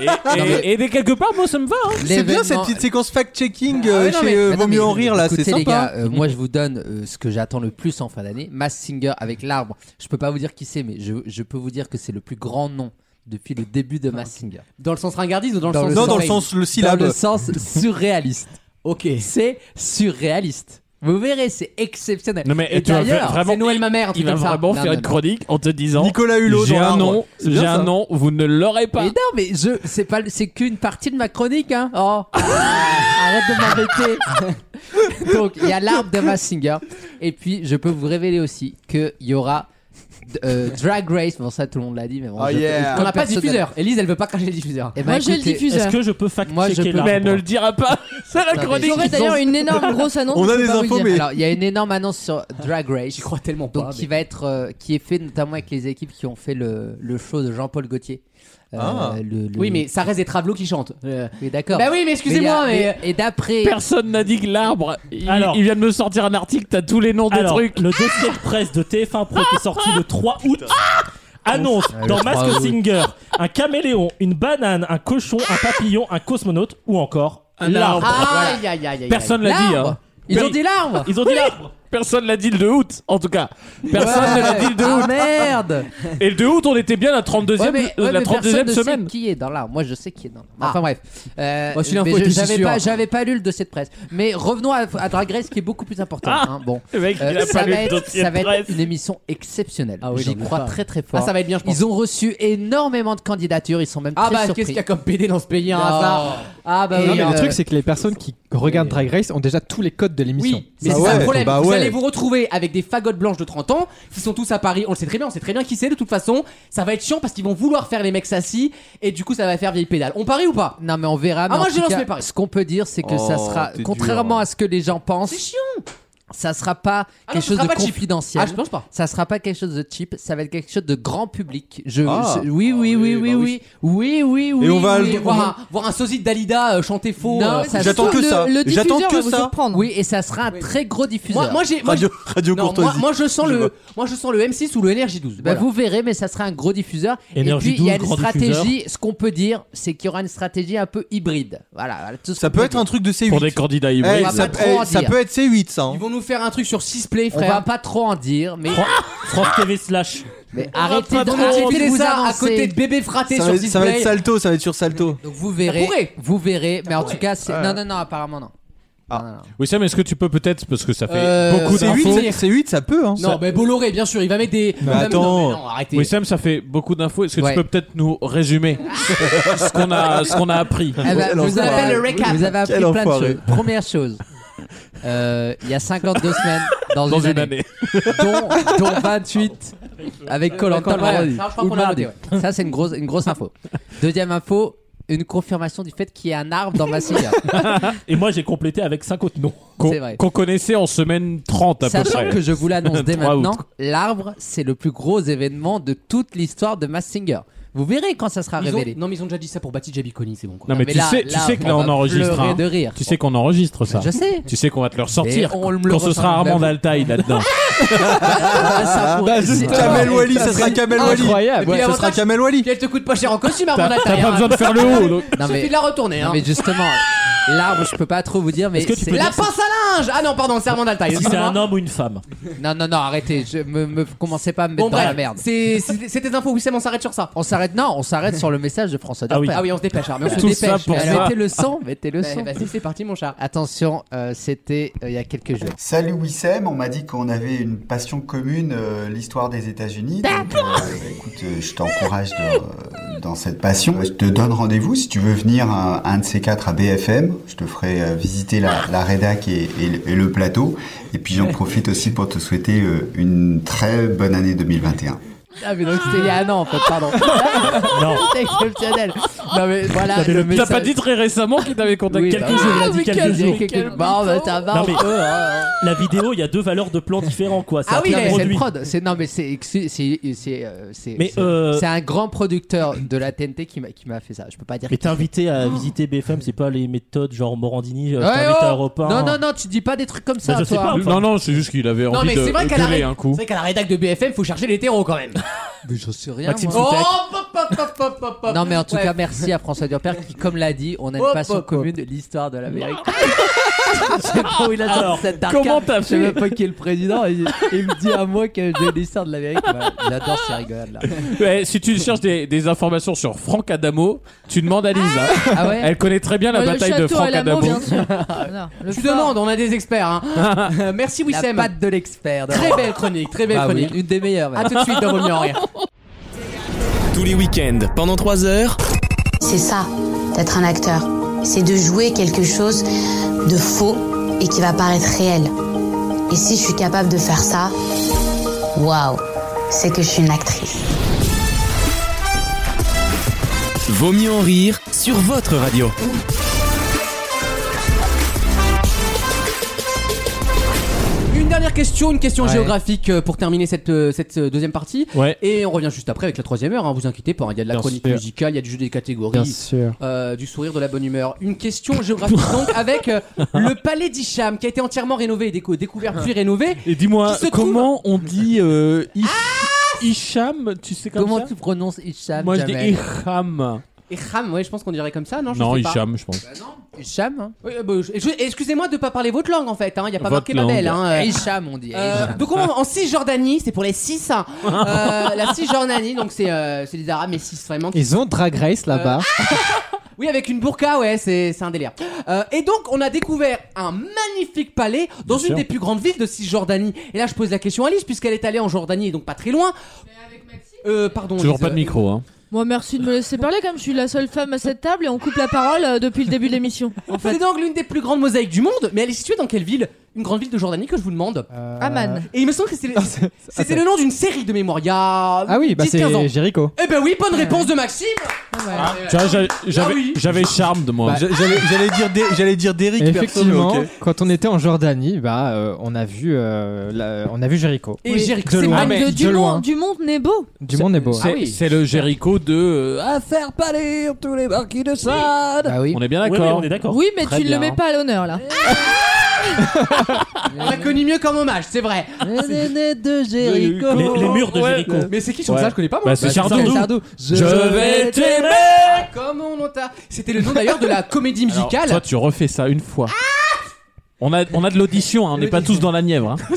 Speaker 3: Et, et, et dès quelque part, moi, ça me va. hein.
Speaker 4: C'est bien cette
Speaker 2: L'événement-
Speaker 4: petite séquence fact-checking
Speaker 2: Ah
Speaker 4: euh,
Speaker 2: ouais, non, mais-
Speaker 4: chez euh,
Speaker 2: non,
Speaker 4: Vaut
Speaker 2: mais
Speaker 4: mieux en rire là,
Speaker 2: écoutez,
Speaker 4: c'est
Speaker 2: les gars,
Speaker 4: sympa. hein.
Speaker 2: euh, moi je vous donne euh, ce que j'attends le plus en fin d'année, Mass Singer avec l'arbre. Je peux pas vous dire qui c'est, mais je, je peux vous dire que c'est le plus grand nom depuis le début de Mass Singer.
Speaker 7: Dans le sens ringardiste ou dans le
Speaker 2: Dans
Speaker 7: sens.
Speaker 2: le
Speaker 4: Non, dans le
Speaker 2: soleil.
Speaker 4: sens le
Speaker 2: Dans
Speaker 4: syllabe.
Speaker 2: le sens surréaliste.
Speaker 7: Ok.
Speaker 2: C'est surréaliste. Vous verrez, c'est exceptionnel.
Speaker 3: Non, mais
Speaker 2: Et
Speaker 3: tu vas
Speaker 2: d'ailleurs,
Speaker 3: vraiment.
Speaker 7: C'est Noël ma mère, un
Speaker 3: Il
Speaker 7: truc
Speaker 3: va
Speaker 7: comme ça.
Speaker 3: vraiment
Speaker 2: Non,
Speaker 3: faire
Speaker 2: non,
Speaker 3: une
Speaker 2: non.
Speaker 3: chronique en te disant
Speaker 4: Nicolas Hulot
Speaker 3: J'ai
Speaker 4: dans
Speaker 3: un
Speaker 4: l'arbre.
Speaker 3: nom,
Speaker 4: C'est bien
Speaker 3: j'ai un
Speaker 4: ça.
Speaker 3: nom, vous ne l'aurez pas.
Speaker 2: Mais non, mais je, c'est pas, c'est qu'une partie de ma chronique, hein. Oh, arrête de m'embêter. Donc, il y a l'arbre de Massinger. Et puis, je peux vous révéler aussi qu'il y aura euh, Drag Race. Bon, ça, tout le monde l'a dit, mais bon.
Speaker 4: Oh
Speaker 2: je-
Speaker 4: yeah.
Speaker 2: je-
Speaker 7: On n'a pas de
Speaker 2: personnel.
Speaker 7: diffuseur. Elise, elle veut pas cracher le diffuseur.
Speaker 2: Eh ben,
Speaker 6: Moi j'ai le
Speaker 2: écoutez,
Speaker 8: Est-ce
Speaker 6: diffuseur.
Speaker 8: que je peux
Speaker 2: Moi, je
Speaker 8: fact-checker
Speaker 2: peux-
Speaker 3: Mais
Speaker 8: là
Speaker 3: elle ne le dira pas. C'est la
Speaker 2: Non, mais-
Speaker 3: chronique.
Speaker 6: J'aurais d'ailleurs une énorme grosse annonce.
Speaker 4: On
Speaker 6: je
Speaker 4: a
Speaker 6: peux
Speaker 4: des
Speaker 6: pas vous le
Speaker 4: infos,
Speaker 6: dire.
Speaker 4: mais-
Speaker 2: Alors, il y a une énorme annonce sur Drag Race.
Speaker 7: J'y crois Oh, tellement pas.
Speaker 2: Donc, qui va être, euh, qui est fait notamment avec les équipes qui ont fait le, le show de Jean-Paul Gaultier. euh,
Speaker 7: Ah.
Speaker 2: le- le-
Speaker 7: Oui, mais ça reste des travelots qui chantent.
Speaker 2: Oui, d'accord.
Speaker 7: Bah oui, mais excusez-moi,
Speaker 2: il y a-
Speaker 7: mais-
Speaker 2: Et d'après.
Speaker 3: Personne n'a dit que l'arbre. Il,
Speaker 8: Alors.
Speaker 3: il vient de me sortir un article, t'as tous les noms
Speaker 8: Alors,
Speaker 3: des trucs.
Speaker 8: le dossier de presse de TF1 Pro qui est sorti le 3 août annonce
Speaker 3: Ah, le
Speaker 8: dans
Speaker 3: 3
Speaker 8: Mask
Speaker 3: août.
Speaker 8: Singer un caméléon, une banane, un cochon, un papillon, un cosmonaute ou encore l'arbre.
Speaker 3: Ah,
Speaker 7: Aïe, aïe, aïe, aïe, aïe.
Speaker 3: Personne l'a dit.
Speaker 7: L'arbre.
Speaker 3: hein.
Speaker 7: Ils ont
Speaker 3: Per-
Speaker 7: dit l'arbre.
Speaker 8: Ils ont dit l'arbre.
Speaker 3: Personne l'a dit le 2 août, en tout cas. Personne
Speaker 2: Ouais.
Speaker 3: ne l'a dit le 2
Speaker 2: Ah,
Speaker 3: août.
Speaker 2: merde.
Speaker 3: Et le 2 août, on était bien la 32e,
Speaker 2: Ouais, mais-
Speaker 7: euh,
Speaker 2: ouais,
Speaker 3: la
Speaker 2: mais
Speaker 3: 32e
Speaker 2: personne ne sait
Speaker 3: semaine.
Speaker 2: qui est dans l'arbre Moi, je sais qui est dans l'arbre. Enfin
Speaker 3: Ah.
Speaker 2: bref. Euh,
Speaker 3: Moi, celui-là,
Speaker 2: mais
Speaker 3: faut
Speaker 2: je-
Speaker 3: être
Speaker 2: j'avais
Speaker 3: sûr.
Speaker 2: pas, j'avais pas lu le dossier de presse. Mais revenons à, à Drag Race, qui est beaucoup plus important.
Speaker 7: Ah.
Speaker 2: hein. Bon,
Speaker 7: Le mec, il a
Speaker 2: ça
Speaker 7: pas lu
Speaker 2: va
Speaker 7: le
Speaker 2: être,
Speaker 7: dossier
Speaker 2: ça
Speaker 7: de
Speaker 2: va être
Speaker 7: presse.
Speaker 2: une émission exceptionnelle.
Speaker 7: Ah oui,
Speaker 2: J'y
Speaker 7: j'en doute
Speaker 2: crois
Speaker 7: pas.
Speaker 2: très très fort.
Speaker 7: Ah, ça va être bien, je pense.
Speaker 2: Ils ont reçu énormément de candidatures. Ils sont même
Speaker 7: Ah
Speaker 2: très
Speaker 7: bah
Speaker 2: surpris.
Speaker 7: qu'est-ce qu'il y a comme PD dans ce pays hein,
Speaker 2: Non.
Speaker 7: hasard Ah bah oui,
Speaker 5: non, mais
Speaker 7: euh,
Speaker 5: le truc, c'est que les personnes qui regardent Drag Race ont déjà tous les codes de l'émission.
Speaker 7: Oui,
Speaker 2: Bah
Speaker 7: mais c'est ça le problème. vous allez vous retrouver avec des fagottes blanches de 30 ans qui sont tous à Paris. On le sait très bien, on sait très bien qui c'est de toute façon. Ça va être chiant parce qu'ils vont vouloir faire les mecs sassy et du coup ça va faire vieille pédale. On parie ou pas
Speaker 2: Non mais on verra.
Speaker 7: Ah
Speaker 2: mais
Speaker 7: moi
Speaker 2: en
Speaker 7: je
Speaker 2: tout
Speaker 7: lance
Speaker 2: cas,
Speaker 7: mes paris.
Speaker 2: Ce qu'on peut dire, c'est que ça
Speaker 7: Oh,
Speaker 2: sera,
Speaker 7: t'es dur,
Speaker 2: contrairement à ce que les gens pensent,
Speaker 7: C'est chiant.
Speaker 2: ça sera
Speaker 7: Ah
Speaker 2: pas
Speaker 7: non,
Speaker 2: quelque
Speaker 7: ça
Speaker 2: chose
Speaker 7: sera
Speaker 2: de
Speaker 7: pas cheap.
Speaker 2: confidentiel.
Speaker 7: Ah, je pense pas.
Speaker 2: Ça sera pas quelque chose de cheap. Ça va être quelque chose de grand public. Je,
Speaker 7: Ah.
Speaker 2: je- oui, oui, oui, oui, oui, oui, oui, oui. oui,
Speaker 7: voir,
Speaker 2: oui.
Speaker 7: un, voir un sosie de Dalida euh, chanter faux.
Speaker 2: Non,
Speaker 7: euh,
Speaker 2: ça- Oui, et ça sera un très gros diffuseur.
Speaker 7: Moi, moi, j'ai moi,
Speaker 2: Radio-
Speaker 7: je-
Speaker 2: Radio
Speaker 7: Non, moi-
Speaker 2: Courtoisie.
Speaker 7: moi, je sens
Speaker 2: Je
Speaker 7: le
Speaker 2: vois.
Speaker 7: moi je sens le M6 ou le NRJ12.
Speaker 2: Bah,
Speaker 7: voilà.
Speaker 2: Vous verrez, mais ça sera un gros diffuseur.
Speaker 7: NRJ12,
Speaker 2: et puis il y a une
Speaker 7: grand
Speaker 2: stratégie.
Speaker 7: diffuseur.
Speaker 2: Ce qu'on peut dire, c'est qu'il y aura une stratégie un peu hybride. Voilà. voilà, tout ce
Speaker 4: Ça
Speaker 2: qu'on
Speaker 4: peut être un truc de C8.
Speaker 3: Pour des candidats hybrides.
Speaker 4: Eh,
Speaker 2: On va
Speaker 4: ça,
Speaker 2: pas trop
Speaker 4: eh,
Speaker 2: en
Speaker 4: ça
Speaker 2: dire.
Speaker 4: peut être C8, ça. hein.
Speaker 7: Ils vont nous faire un truc sur 6 play,
Speaker 2: On
Speaker 7: frère.
Speaker 2: va pas trop en dire, mais
Speaker 8: France TV slash.
Speaker 2: Mais
Speaker 7: On va
Speaker 2: arrêtez
Speaker 7: pas
Speaker 2: de,
Speaker 7: trop
Speaker 2: arrêtez
Speaker 7: enfiler
Speaker 2: de vous
Speaker 7: ça à
Speaker 2: avancer.
Speaker 7: côté de bébé fraté
Speaker 4: Ça
Speaker 7: sur
Speaker 4: va, être- ça va être
Speaker 7: Sisplay.
Speaker 4: Salto, ça va être sur Salto.
Speaker 2: Donc vous verrez,
Speaker 7: pourrait. Euh.
Speaker 2: vous verrez, mais en tout cas, c'est... non, non, non, apparemment non.
Speaker 7: Ah.
Speaker 3: Oui, Sam, est-ce que tu peux peut-être, parce que ça fait
Speaker 7: Euh,
Speaker 3: beaucoup
Speaker 7: c'est
Speaker 3: d'infos.
Speaker 7: huit,
Speaker 4: C'est 8, ça peut, hein.
Speaker 7: Non,
Speaker 3: Ça-
Speaker 7: mais Bolloré, bien sûr, il va mettre des.
Speaker 3: Mais
Speaker 7: Non, mais non,
Speaker 3: attends,
Speaker 7: mais non, arrêtez.
Speaker 3: oui Sam, ça fait beaucoup d'infos. Est-ce que
Speaker 2: Ouais.
Speaker 3: tu peux peut-être nous résumer ce qu'on a, ce qu'on a appris
Speaker 2: Eh ben,
Speaker 3: Quel
Speaker 2: vous,
Speaker 3: enfoiré.
Speaker 2: avez, vous avez appris
Speaker 3: Quel
Speaker 2: plein de
Speaker 3: enfoiré.
Speaker 2: choses. Première chose, euh, il y a 52 semaines dans,
Speaker 3: Dans
Speaker 2: une,
Speaker 3: une
Speaker 2: année, dont, dont 28 avec Colanta
Speaker 7: Koh-Lanta, ouais. Ça, je crois
Speaker 2: ou
Speaker 7: qu'on l'a
Speaker 2: mardi.
Speaker 7: noté,
Speaker 2: Ça, c'est une grosse, une grosse info. Deuxième info, une confirmation du fait qu'il y a un arbre dans ma Massilia.
Speaker 8: Et moi j'ai complété avec 5 autres noms.
Speaker 3: Qu'on
Speaker 2: C'est vrai.
Speaker 3: qu'on connaissait en semaine 30 à peu
Speaker 2: Sachant
Speaker 3: près.
Speaker 2: que je vous l'annonce dès
Speaker 3: 3 août.
Speaker 2: maintenant, l'arbre, c'est le plus gros événement de toute l'histoire de Mass Singer. Vous verrez quand ça sera
Speaker 7: Ils ont-
Speaker 2: révélé.
Speaker 7: Non, mais ils ont déjà dit ça pour Bati Jabiconi, c'est bon quoi.
Speaker 3: Non, mais, tu,
Speaker 2: là-
Speaker 3: sais, tu
Speaker 2: là,
Speaker 3: sais que là
Speaker 2: on
Speaker 3: on
Speaker 2: va
Speaker 3: enregistre.
Speaker 2: pleurer
Speaker 3: hein.
Speaker 2: de rire.
Speaker 3: Tu sais qu'on enregistre ça.
Speaker 2: Je sais.
Speaker 3: Tu sais qu'on va te le ressortir.
Speaker 2: Et on me le
Speaker 3: Quand ce sera
Speaker 2: ressortira,
Speaker 3: Armand
Speaker 2: j'avoue.
Speaker 3: Altaï là-dedans.
Speaker 2: Ça
Speaker 7: bah,
Speaker 2: pourrait-
Speaker 4: Juste
Speaker 2: Ah,
Speaker 4: Kamel
Speaker 2: ouais.
Speaker 4: Wally, ça sera
Speaker 2: serait
Speaker 4: Kamel Wally.
Speaker 2: incroyable.
Speaker 4: Ouais,
Speaker 2: Et puis,
Speaker 4: ça sera
Speaker 2: l'avantage,
Speaker 4: Kamel Wally.
Speaker 7: Puis elle te coûte pas cher en costume avant
Speaker 3: T'as-
Speaker 7: de la
Speaker 3: t'as
Speaker 7: taille,
Speaker 3: pas
Speaker 7: hein.
Speaker 3: besoin de faire le haut, donc.
Speaker 2: Non,
Speaker 7: Suffit
Speaker 2: mais-
Speaker 7: de la retourner, hein.
Speaker 2: Non, mais justement, l'arbre, je peux pas trop vous dire, mais.
Speaker 8: que tu
Speaker 2: c'est-
Speaker 8: peux
Speaker 7: La
Speaker 8: dire-
Speaker 7: pince à linge Ah non, pardon, c'est Armand Altaï.
Speaker 8: Si c'est
Speaker 7: excusez-moi.
Speaker 8: un homme ou une femme.
Speaker 2: Non, non, non, arrêtez, je me, me- commencez pas à me mettre
Speaker 7: Bon,
Speaker 2: dans la
Speaker 7: bref,
Speaker 2: merde.
Speaker 7: c'est c'est- c'est tes infos, Wissem, on s'arrête sur ça.
Speaker 2: On s'arrête, non, on s'arrête sur le message de François
Speaker 8: Ah oui.
Speaker 2: Dorper.
Speaker 7: Ah oui, on se dépêche, Armand, on se
Speaker 3: Tout ça
Speaker 7: dépêche.
Speaker 3: pour
Speaker 7: mais
Speaker 3: ça.
Speaker 7: alors-
Speaker 2: Mettez le son, mettez le
Speaker 7: Bah,
Speaker 2: son.
Speaker 7: Vas-y, c'est parti, mon chat.
Speaker 2: Attention, euh, c'était euh, il y a quelques jours.
Speaker 12: Salut Wissem, on m'a dit qu'on avait une passion commune, euh, l'histoire des États-Unis. Donc, euh, écoute, euh, je t'encourage dans, euh, dans cette passion. Je te donne rendez-vous si tu veux venir à un de ces quatre à BFM. Je te ferai euh, visiter la, la rédac et, et le- et le plateau. Et puis j'en profite aussi pour te souhaiter euh, une très bonne année 2021.
Speaker 2: Ah, mais donc c'était il y a un an en fait, pardon.
Speaker 8: Non.
Speaker 2: C'est exceptionnel. Non, mais voilà.
Speaker 3: T'as
Speaker 2: le message-
Speaker 3: pas dit très récemment qu'il t'avait contacté
Speaker 2: Oui, bah,
Speaker 8: Quelques jours, il a
Speaker 2: ah,
Speaker 8: dit
Speaker 2: mais
Speaker 8: quelques
Speaker 2: quel-
Speaker 8: jours.
Speaker 2: quelques- Bon, bah, ça va,
Speaker 8: Non,
Speaker 2: on
Speaker 8: mais-
Speaker 2: peut, hein.
Speaker 8: La vidéo, il y a deux valeurs de plan différents quoi. C'est
Speaker 2: Ah
Speaker 8: un
Speaker 2: oui,
Speaker 8: plan
Speaker 2: c'est le
Speaker 8: produit.
Speaker 2: prod. C'est non, mais c'est c'est c'est c'est euh, c'est-
Speaker 8: Mais,
Speaker 2: c'est-
Speaker 8: euh,
Speaker 2: c'est un grand producteur de la TNT qui m'a qui m'a fait ça. Je peux pas dire.
Speaker 8: Mais
Speaker 2: qui-
Speaker 8: t'es invité à visiter BFM, c'est pas les méthodes genre Morandini, euh, je
Speaker 2: Ouais,
Speaker 8: t'invite
Speaker 2: oh
Speaker 8: à Europe 1.
Speaker 2: Non non non, tu dis pas des trucs comme ça
Speaker 8: Bah, je sais
Speaker 2: toi.
Speaker 8: pas.
Speaker 3: Non, non, c'est juste qu'il avait
Speaker 7: Non,
Speaker 3: envie
Speaker 7: mais c'est
Speaker 3: de
Speaker 7: vrai
Speaker 3: de
Speaker 7: qu'à la,
Speaker 3: gueuler
Speaker 7: ré-
Speaker 3: un coup.
Speaker 7: c'est vrai qu'à la rédac de BFM, faut chercher les terreaux quand même.
Speaker 2: Mais je sais rien.
Speaker 8: Maxime
Speaker 7: Oh,
Speaker 8: Soutek.
Speaker 7: pop, pop, pop, pop, pop, pop.
Speaker 2: Non mais en tout
Speaker 7: Oh, Ouais.
Speaker 2: cas merci à François Durper qui comme l'a dit on a une
Speaker 7: Hop,
Speaker 2: passion
Speaker 7: hop,
Speaker 2: commune de l'histoire de l'Amérique. je sais pas où il a sorti
Speaker 8: Alors,
Speaker 2: cette darka.
Speaker 3: comment t'as
Speaker 2: Je sais
Speaker 3: fait
Speaker 2: même pas qui est le président et il me dit à moi que j'ai l'histoire de l'Amérique. Bah, J'adore ces rigolades là.
Speaker 3: Ouais, si tu cherches des, des informations sur Franck Adamo, tu demandes à Lisa.
Speaker 2: Ah ouais
Speaker 3: Elle connaît très bien la
Speaker 6: Le
Speaker 3: bataille de
Speaker 6: château
Speaker 3: Franck
Speaker 6: à la
Speaker 3: Adamo.
Speaker 6: mort, bien sûr. Non, le
Speaker 7: Tu
Speaker 6: fort.
Speaker 7: demandes, on a des experts. hein. Euh, Merci
Speaker 2: La
Speaker 7: Wissem.
Speaker 2: patte de l'expert.
Speaker 7: Très belle chronique, très belle
Speaker 2: Bah oui,
Speaker 7: chronique.
Speaker 2: une des meilleures. même.
Speaker 7: A tout de suite dans Vaut mieux en rire.
Speaker 1: Tous les week-ends, pendant 3 heures.
Speaker 13: C'est ça, d'être un acteur. C'est de jouer quelque chose de faux et qui va paraître réel. Et si je suis capable de faire ça, waouh, c'est que je suis une actrice.
Speaker 1: Vaut mieux en rire sur votre radio.
Speaker 7: Une
Speaker 2: une dernière question, une question
Speaker 7: Ouais.
Speaker 2: géographique euh, pour terminer cette, euh, cette euh, deuxième partie.
Speaker 3: Ouais.
Speaker 2: Et on revient juste après avec la troisième heure, hein, vous inquiétez pas, hein, il y a de la
Speaker 7: Bien
Speaker 2: chronique
Speaker 7: sûr.
Speaker 2: musicale, il y a du jeu des catégories,
Speaker 5: Bien sûr.
Speaker 2: euh, du sourire, de la bonne humeur. Une question géographique donc avec euh, le palais d'Icham qui a été entièrement rénové et déco- découvert puis rénové.
Speaker 3: Et dis-moi,
Speaker 2: Qui se trouve-
Speaker 3: comment on dit euh, Ish- Hicham Tu sais comme
Speaker 2: Comment
Speaker 3: ça
Speaker 2: tu prononces Hicham
Speaker 3: Moi je dis
Speaker 2: Jamel
Speaker 3: Hicham.
Speaker 2: Hicham, ouais, je pense qu'on dirait comme ça, non je
Speaker 3: Non,
Speaker 2: sais pas.
Speaker 3: Hicham, je pense.
Speaker 2: Hicham Oui, euh, bah, je- je- Excusez-moi de ne pas parler votre langue en fait, hein, il n'y a pas marqué
Speaker 3: Votre
Speaker 2: ma belle.
Speaker 3: langue.
Speaker 2: Hein, euh.
Speaker 7: Hicham, on dit.
Speaker 2: Euh, donc on- en Cisjordanie, c'est pour les 6 La Cisjordanie, donc c'est euh, c'est des Arabes mais 6 vraiment. qui-
Speaker 5: Ils ont Drag Race là-bas.
Speaker 2: Oui, avec une burqa, ouais, c'est c'est un délire. Euh, et donc on a découvert un magnifique palais dans une
Speaker 5: sûr.
Speaker 2: des plus grandes villes de Cisjordanie. Et là je pose la question à Alice puisqu'elle est allée en Jordanie et donc pas très loin. Euh, pardon.
Speaker 3: Toujours
Speaker 2: Lise,
Speaker 3: pas de
Speaker 2: euh,
Speaker 3: micro, hein.
Speaker 6: Moi, merci de me laisser parler, comme je suis la seule femme à cette table et on coupe la parole euh, depuis le début de l'émission. En fait.
Speaker 2: C'est donc l'une des plus grandes mosaïques du monde, mais elle est située dans quelle ville Une grande ville de Jordanie que je vous demande
Speaker 5: Ah, Euh,
Speaker 6: Amman.
Speaker 2: Et il me semble que c'est- c'était le nom d'une série de mémoire il y a
Speaker 5: Ah oui, bah
Speaker 2: 10, 15 ans.
Speaker 5: c'est Jericho.
Speaker 2: Eh ben oui, bonne réponse de Maxime Ah,
Speaker 3: Tu vois, j'a- j'avais j'avais charme de moi.
Speaker 5: Bah,
Speaker 4: J'a- J'allais j'allais dire d'E- j'allais dire d'Eric perso, mais
Speaker 5: Effectivement,
Speaker 4: ok.
Speaker 5: quand on était en Jordanie, bah, euh, on a vu, euh, la- on a vu Jericho.
Speaker 6: Et Jéricho,
Speaker 5: de
Speaker 3: Ah,
Speaker 6: c'est
Speaker 5: loin,
Speaker 6: mal de-
Speaker 5: de
Speaker 6: Ah, du,
Speaker 5: loin.
Speaker 6: monde, du monde n'est beau.
Speaker 5: Du monde est beau.
Speaker 3: C'est c'est le Jéricho de. euh,
Speaker 6: Ah, À faire pâlir tous les marquis de Sade.
Speaker 7: bah
Speaker 3: On est bien d'accord.
Speaker 8: Oui, oui, on est d'accord.
Speaker 6: Oui, mais
Speaker 3: Très
Speaker 6: tu ne le
Speaker 3: bien.
Speaker 6: mets pas à l'honneur là.
Speaker 2: On l'a connu mieux comme hommage, c'est vrai.
Speaker 7: de Jéricho.
Speaker 2: Les- les murs de Jéricho.
Speaker 7: Ouais.
Speaker 2: Mais c'est qui chante ça Je connais pas, moi.
Speaker 3: Bah, c'est
Speaker 2: Bah,
Speaker 3: Sardou.
Speaker 2: c'est Sardou.
Speaker 7: Je
Speaker 2: vais
Speaker 7: t'aimer
Speaker 2: Comme on entend. C'était le nom d'ailleurs de la comédie
Speaker 3: Alors,
Speaker 2: musicale.
Speaker 3: toi, tu refais ça une fois. On a, on a de l'audition, hein, on n'est pas tous dans la Nièvre. hein.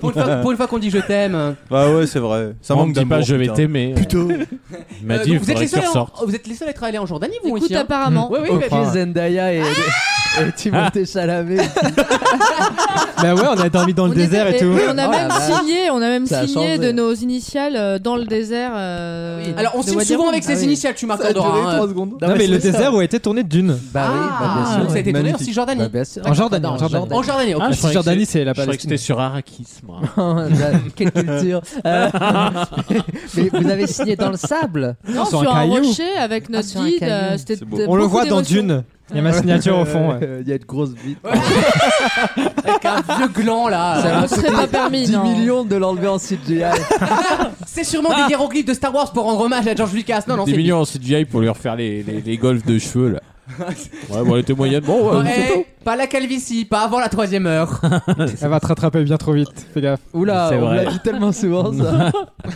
Speaker 2: pour, une fois, pour une fois qu'on dit je t'aime.
Speaker 4: Bah ouais, c'est vrai. Ça
Speaker 3: On
Speaker 4: manque
Speaker 3: me dit
Speaker 4: d'amour,
Speaker 3: pas je vais
Speaker 4: putain.
Speaker 3: t'aimer. hein.
Speaker 4: Plutôt.
Speaker 3: Il m'a
Speaker 2: Euh, donc
Speaker 3: dit, il
Speaker 2: vous, êtes
Speaker 3: faudrait
Speaker 2: les
Speaker 3: que tu
Speaker 2: seuls à-
Speaker 3: ressortes.
Speaker 2: vous êtes les seuls à être allés en Jordanie, vous
Speaker 6: Écoute,
Speaker 2: ici, hein.
Speaker 6: apparemment.
Speaker 7: Oh,
Speaker 2: Oui, euh, oui,
Speaker 5: On
Speaker 2: mais-
Speaker 5: croit.
Speaker 7: Zendaya et, et Timothée Chalamet.
Speaker 5: Bah ouais, on a dormi dans le
Speaker 6: On y
Speaker 5: désert et
Speaker 6: était-
Speaker 5: tout.
Speaker 6: oui, on a même signé, on a même
Speaker 5: Ça a
Speaker 6: signé
Speaker 5: changé.
Speaker 6: de nos initiales euh, dans le désert. euh,
Speaker 2: Alors on
Speaker 6: de
Speaker 2: signe
Speaker 6: Wadi
Speaker 2: souvent
Speaker 6: Rum.
Speaker 2: avec ses initiales, tu marques Andorra. hein.
Speaker 5: Non, mais le désert où a été tourné d'une.
Speaker 7: Bah oui, bah bien sûr.
Speaker 2: donc ça a été tourné Ah, en
Speaker 5: Magnifique.
Speaker 2: Cisjordanie.
Speaker 7: Bah, bien sûr.
Speaker 5: En Jordanie, en
Speaker 7: En
Speaker 5: Jordanie.
Speaker 2: En Jordanie, ok.
Speaker 3: Ah, je croyais que
Speaker 5: Jordanie, c'est la
Speaker 3: Je croyais que
Speaker 5: Palestine.
Speaker 3: c'était sur Arrakis, moi.
Speaker 7: Quelle culture. Euh, mais vous avez signé dans le sable.
Speaker 6: Non,
Speaker 5: sur
Speaker 6: sur,
Speaker 5: un
Speaker 6: un,
Speaker 5: caillou.
Speaker 6: rocher avec notre
Speaker 7: sur un
Speaker 6: guide.
Speaker 7: caillou.
Speaker 6: euh, C'était
Speaker 5: On le voit dans Dune. Il y a ma signature au fond. ouais.
Speaker 7: Il y a une grosse bite.
Speaker 2: Avec un vieux gland là.
Speaker 7: Ça
Speaker 6: Ce serait pas permis,
Speaker 7: 10
Speaker 6: non.
Speaker 7: millions de l'enlever en CGI.
Speaker 2: C'est sûrement des hiéroglyphes de Star Wars pour rendre hommage à George Lucas. Non, non,
Speaker 3: Des
Speaker 2: c'est
Speaker 3: millions en CGI pour lui refaire les, les, les golfs de cheveux, là. Ouais, bon, elle était moyenne. Bon, euh, ouais,
Speaker 2: Ouais,
Speaker 3: c'est tout.
Speaker 2: Eh, pas la calvitie, pas avant la troisième heure.
Speaker 5: Elle va te rattraper bien trop vite. Fais gaffe.
Speaker 7: Oula,
Speaker 3: C'est
Speaker 7: on
Speaker 3: vrai.
Speaker 7: l'a dit tellement souvent ça.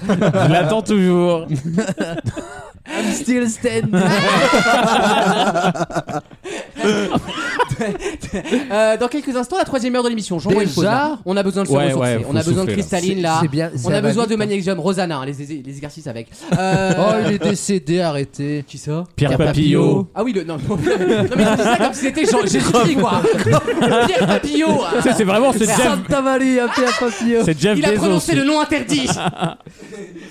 Speaker 3: Je l'attends toujours.
Speaker 7: I'm still stand.
Speaker 2: Euh, dans quelques instants, la troisième heure de l'émission. Jean-Paul
Speaker 7: Déjà
Speaker 2: Pose, là. On a besoin de se
Speaker 3: Ouais,
Speaker 2: ressourcer.
Speaker 3: ouais, faut
Speaker 2: on a besoin de
Speaker 3: souffler, là.
Speaker 2: cristalline là.
Speaker 7: C'est- c'est bien, ça
Speaker 2: on
Speaker 7: va
Speaker 2: a besoin
Speaker 7: vite,
Speaker 2: de
Speaker 7: hein.
Speaker 2: magnésium, Rosanna, hein, les, les exercices avec. Euh,
Speaker 7: Oh, il est décédé, arrêtez.
Speaker 2: Qui ça
Speaker 3: Pierre Papillot.
Speaker 2: Ah oui, le, non, non, non, mais je dis ça comme si c'était Jean- Jésus-Christ quoi. Pierre Papillot. hein.
Speaker 3: Tu sais, C'est vraiment, c'est Jeff,
Speaker 7: Santa Maria, Pierre Papillon.
Speaker 3: c'est Jeff
Speaker 2: Il a
Speaker 3: Bezos.
Speaker 2: prononcé le nom interdit.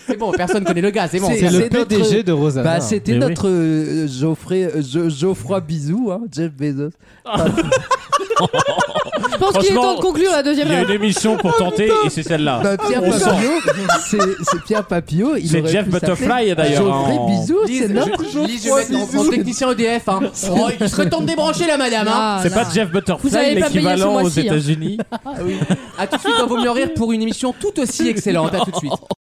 Speaker 2: c'est bon, personne connaît le gars, c'est bon.
Speaker 5: C'est le
Speaker 7: c'est notre-
Speaker 5: PDG de Rosanna.
Speaker 7: Bah, c'était
Speaker 3: hein. Mais oui.
Speaker 7: notre euh, Geoffrey, euh, Jo- Geoffroy Bisou, hein, Jeff Bezos.
Speaker 6: Je pense qu'il est
Speaker 3: Franchement,
Speaker 6: temps de conclure la
Speaker 3: Il
Speaker 6: deuxième
Speaker 3: y a
Speaker 6: heure.
Speaker 3: une émission pour
Speaker 2: Oh,
Speaker 3: tenter et c'est celle-là.
Speaker 2: Ah,
Speaker 7: Bah, Pierre
Speaker 3: On sent.
Speaker 7: Papillot, c'est- c'est Pierre Papillot. il
Speaker 3: C'est
Speaker 7: aurait
Speaker 3: Jeff
Speaker 7: pu s'appeler
Speaker 3: Butterfly, d'ailleurs,
Speaker 7: Geoffrey
Speaker 3: en-
Speaker 7: Bisou,
Speaker 2: Lise,
Speaker 7: c'est
Speaker 2: je-
Speaker 7: notre
Speaker 2: Lise, je vais être en- en technicien EDF. Hein. Oh, il serait temps de débrancher la madame. Hein.
Speaker 6: Ah,
Speaker 3: C'est
Speaker 6: là.
Speaker 3: pas Jeff
Speaker 6: Vous avez
Speaker 3: Butterfly,
Speaker 6: pas payé ce
Speaker 3: l'équivalent aux
Speaker 6: mois-ci, hein.
Speaker 3: États-Unis.
Speaker 2: A tout de suite dans Vaut mieux en rire pour une émission tout aussi excellente. À tout de suite.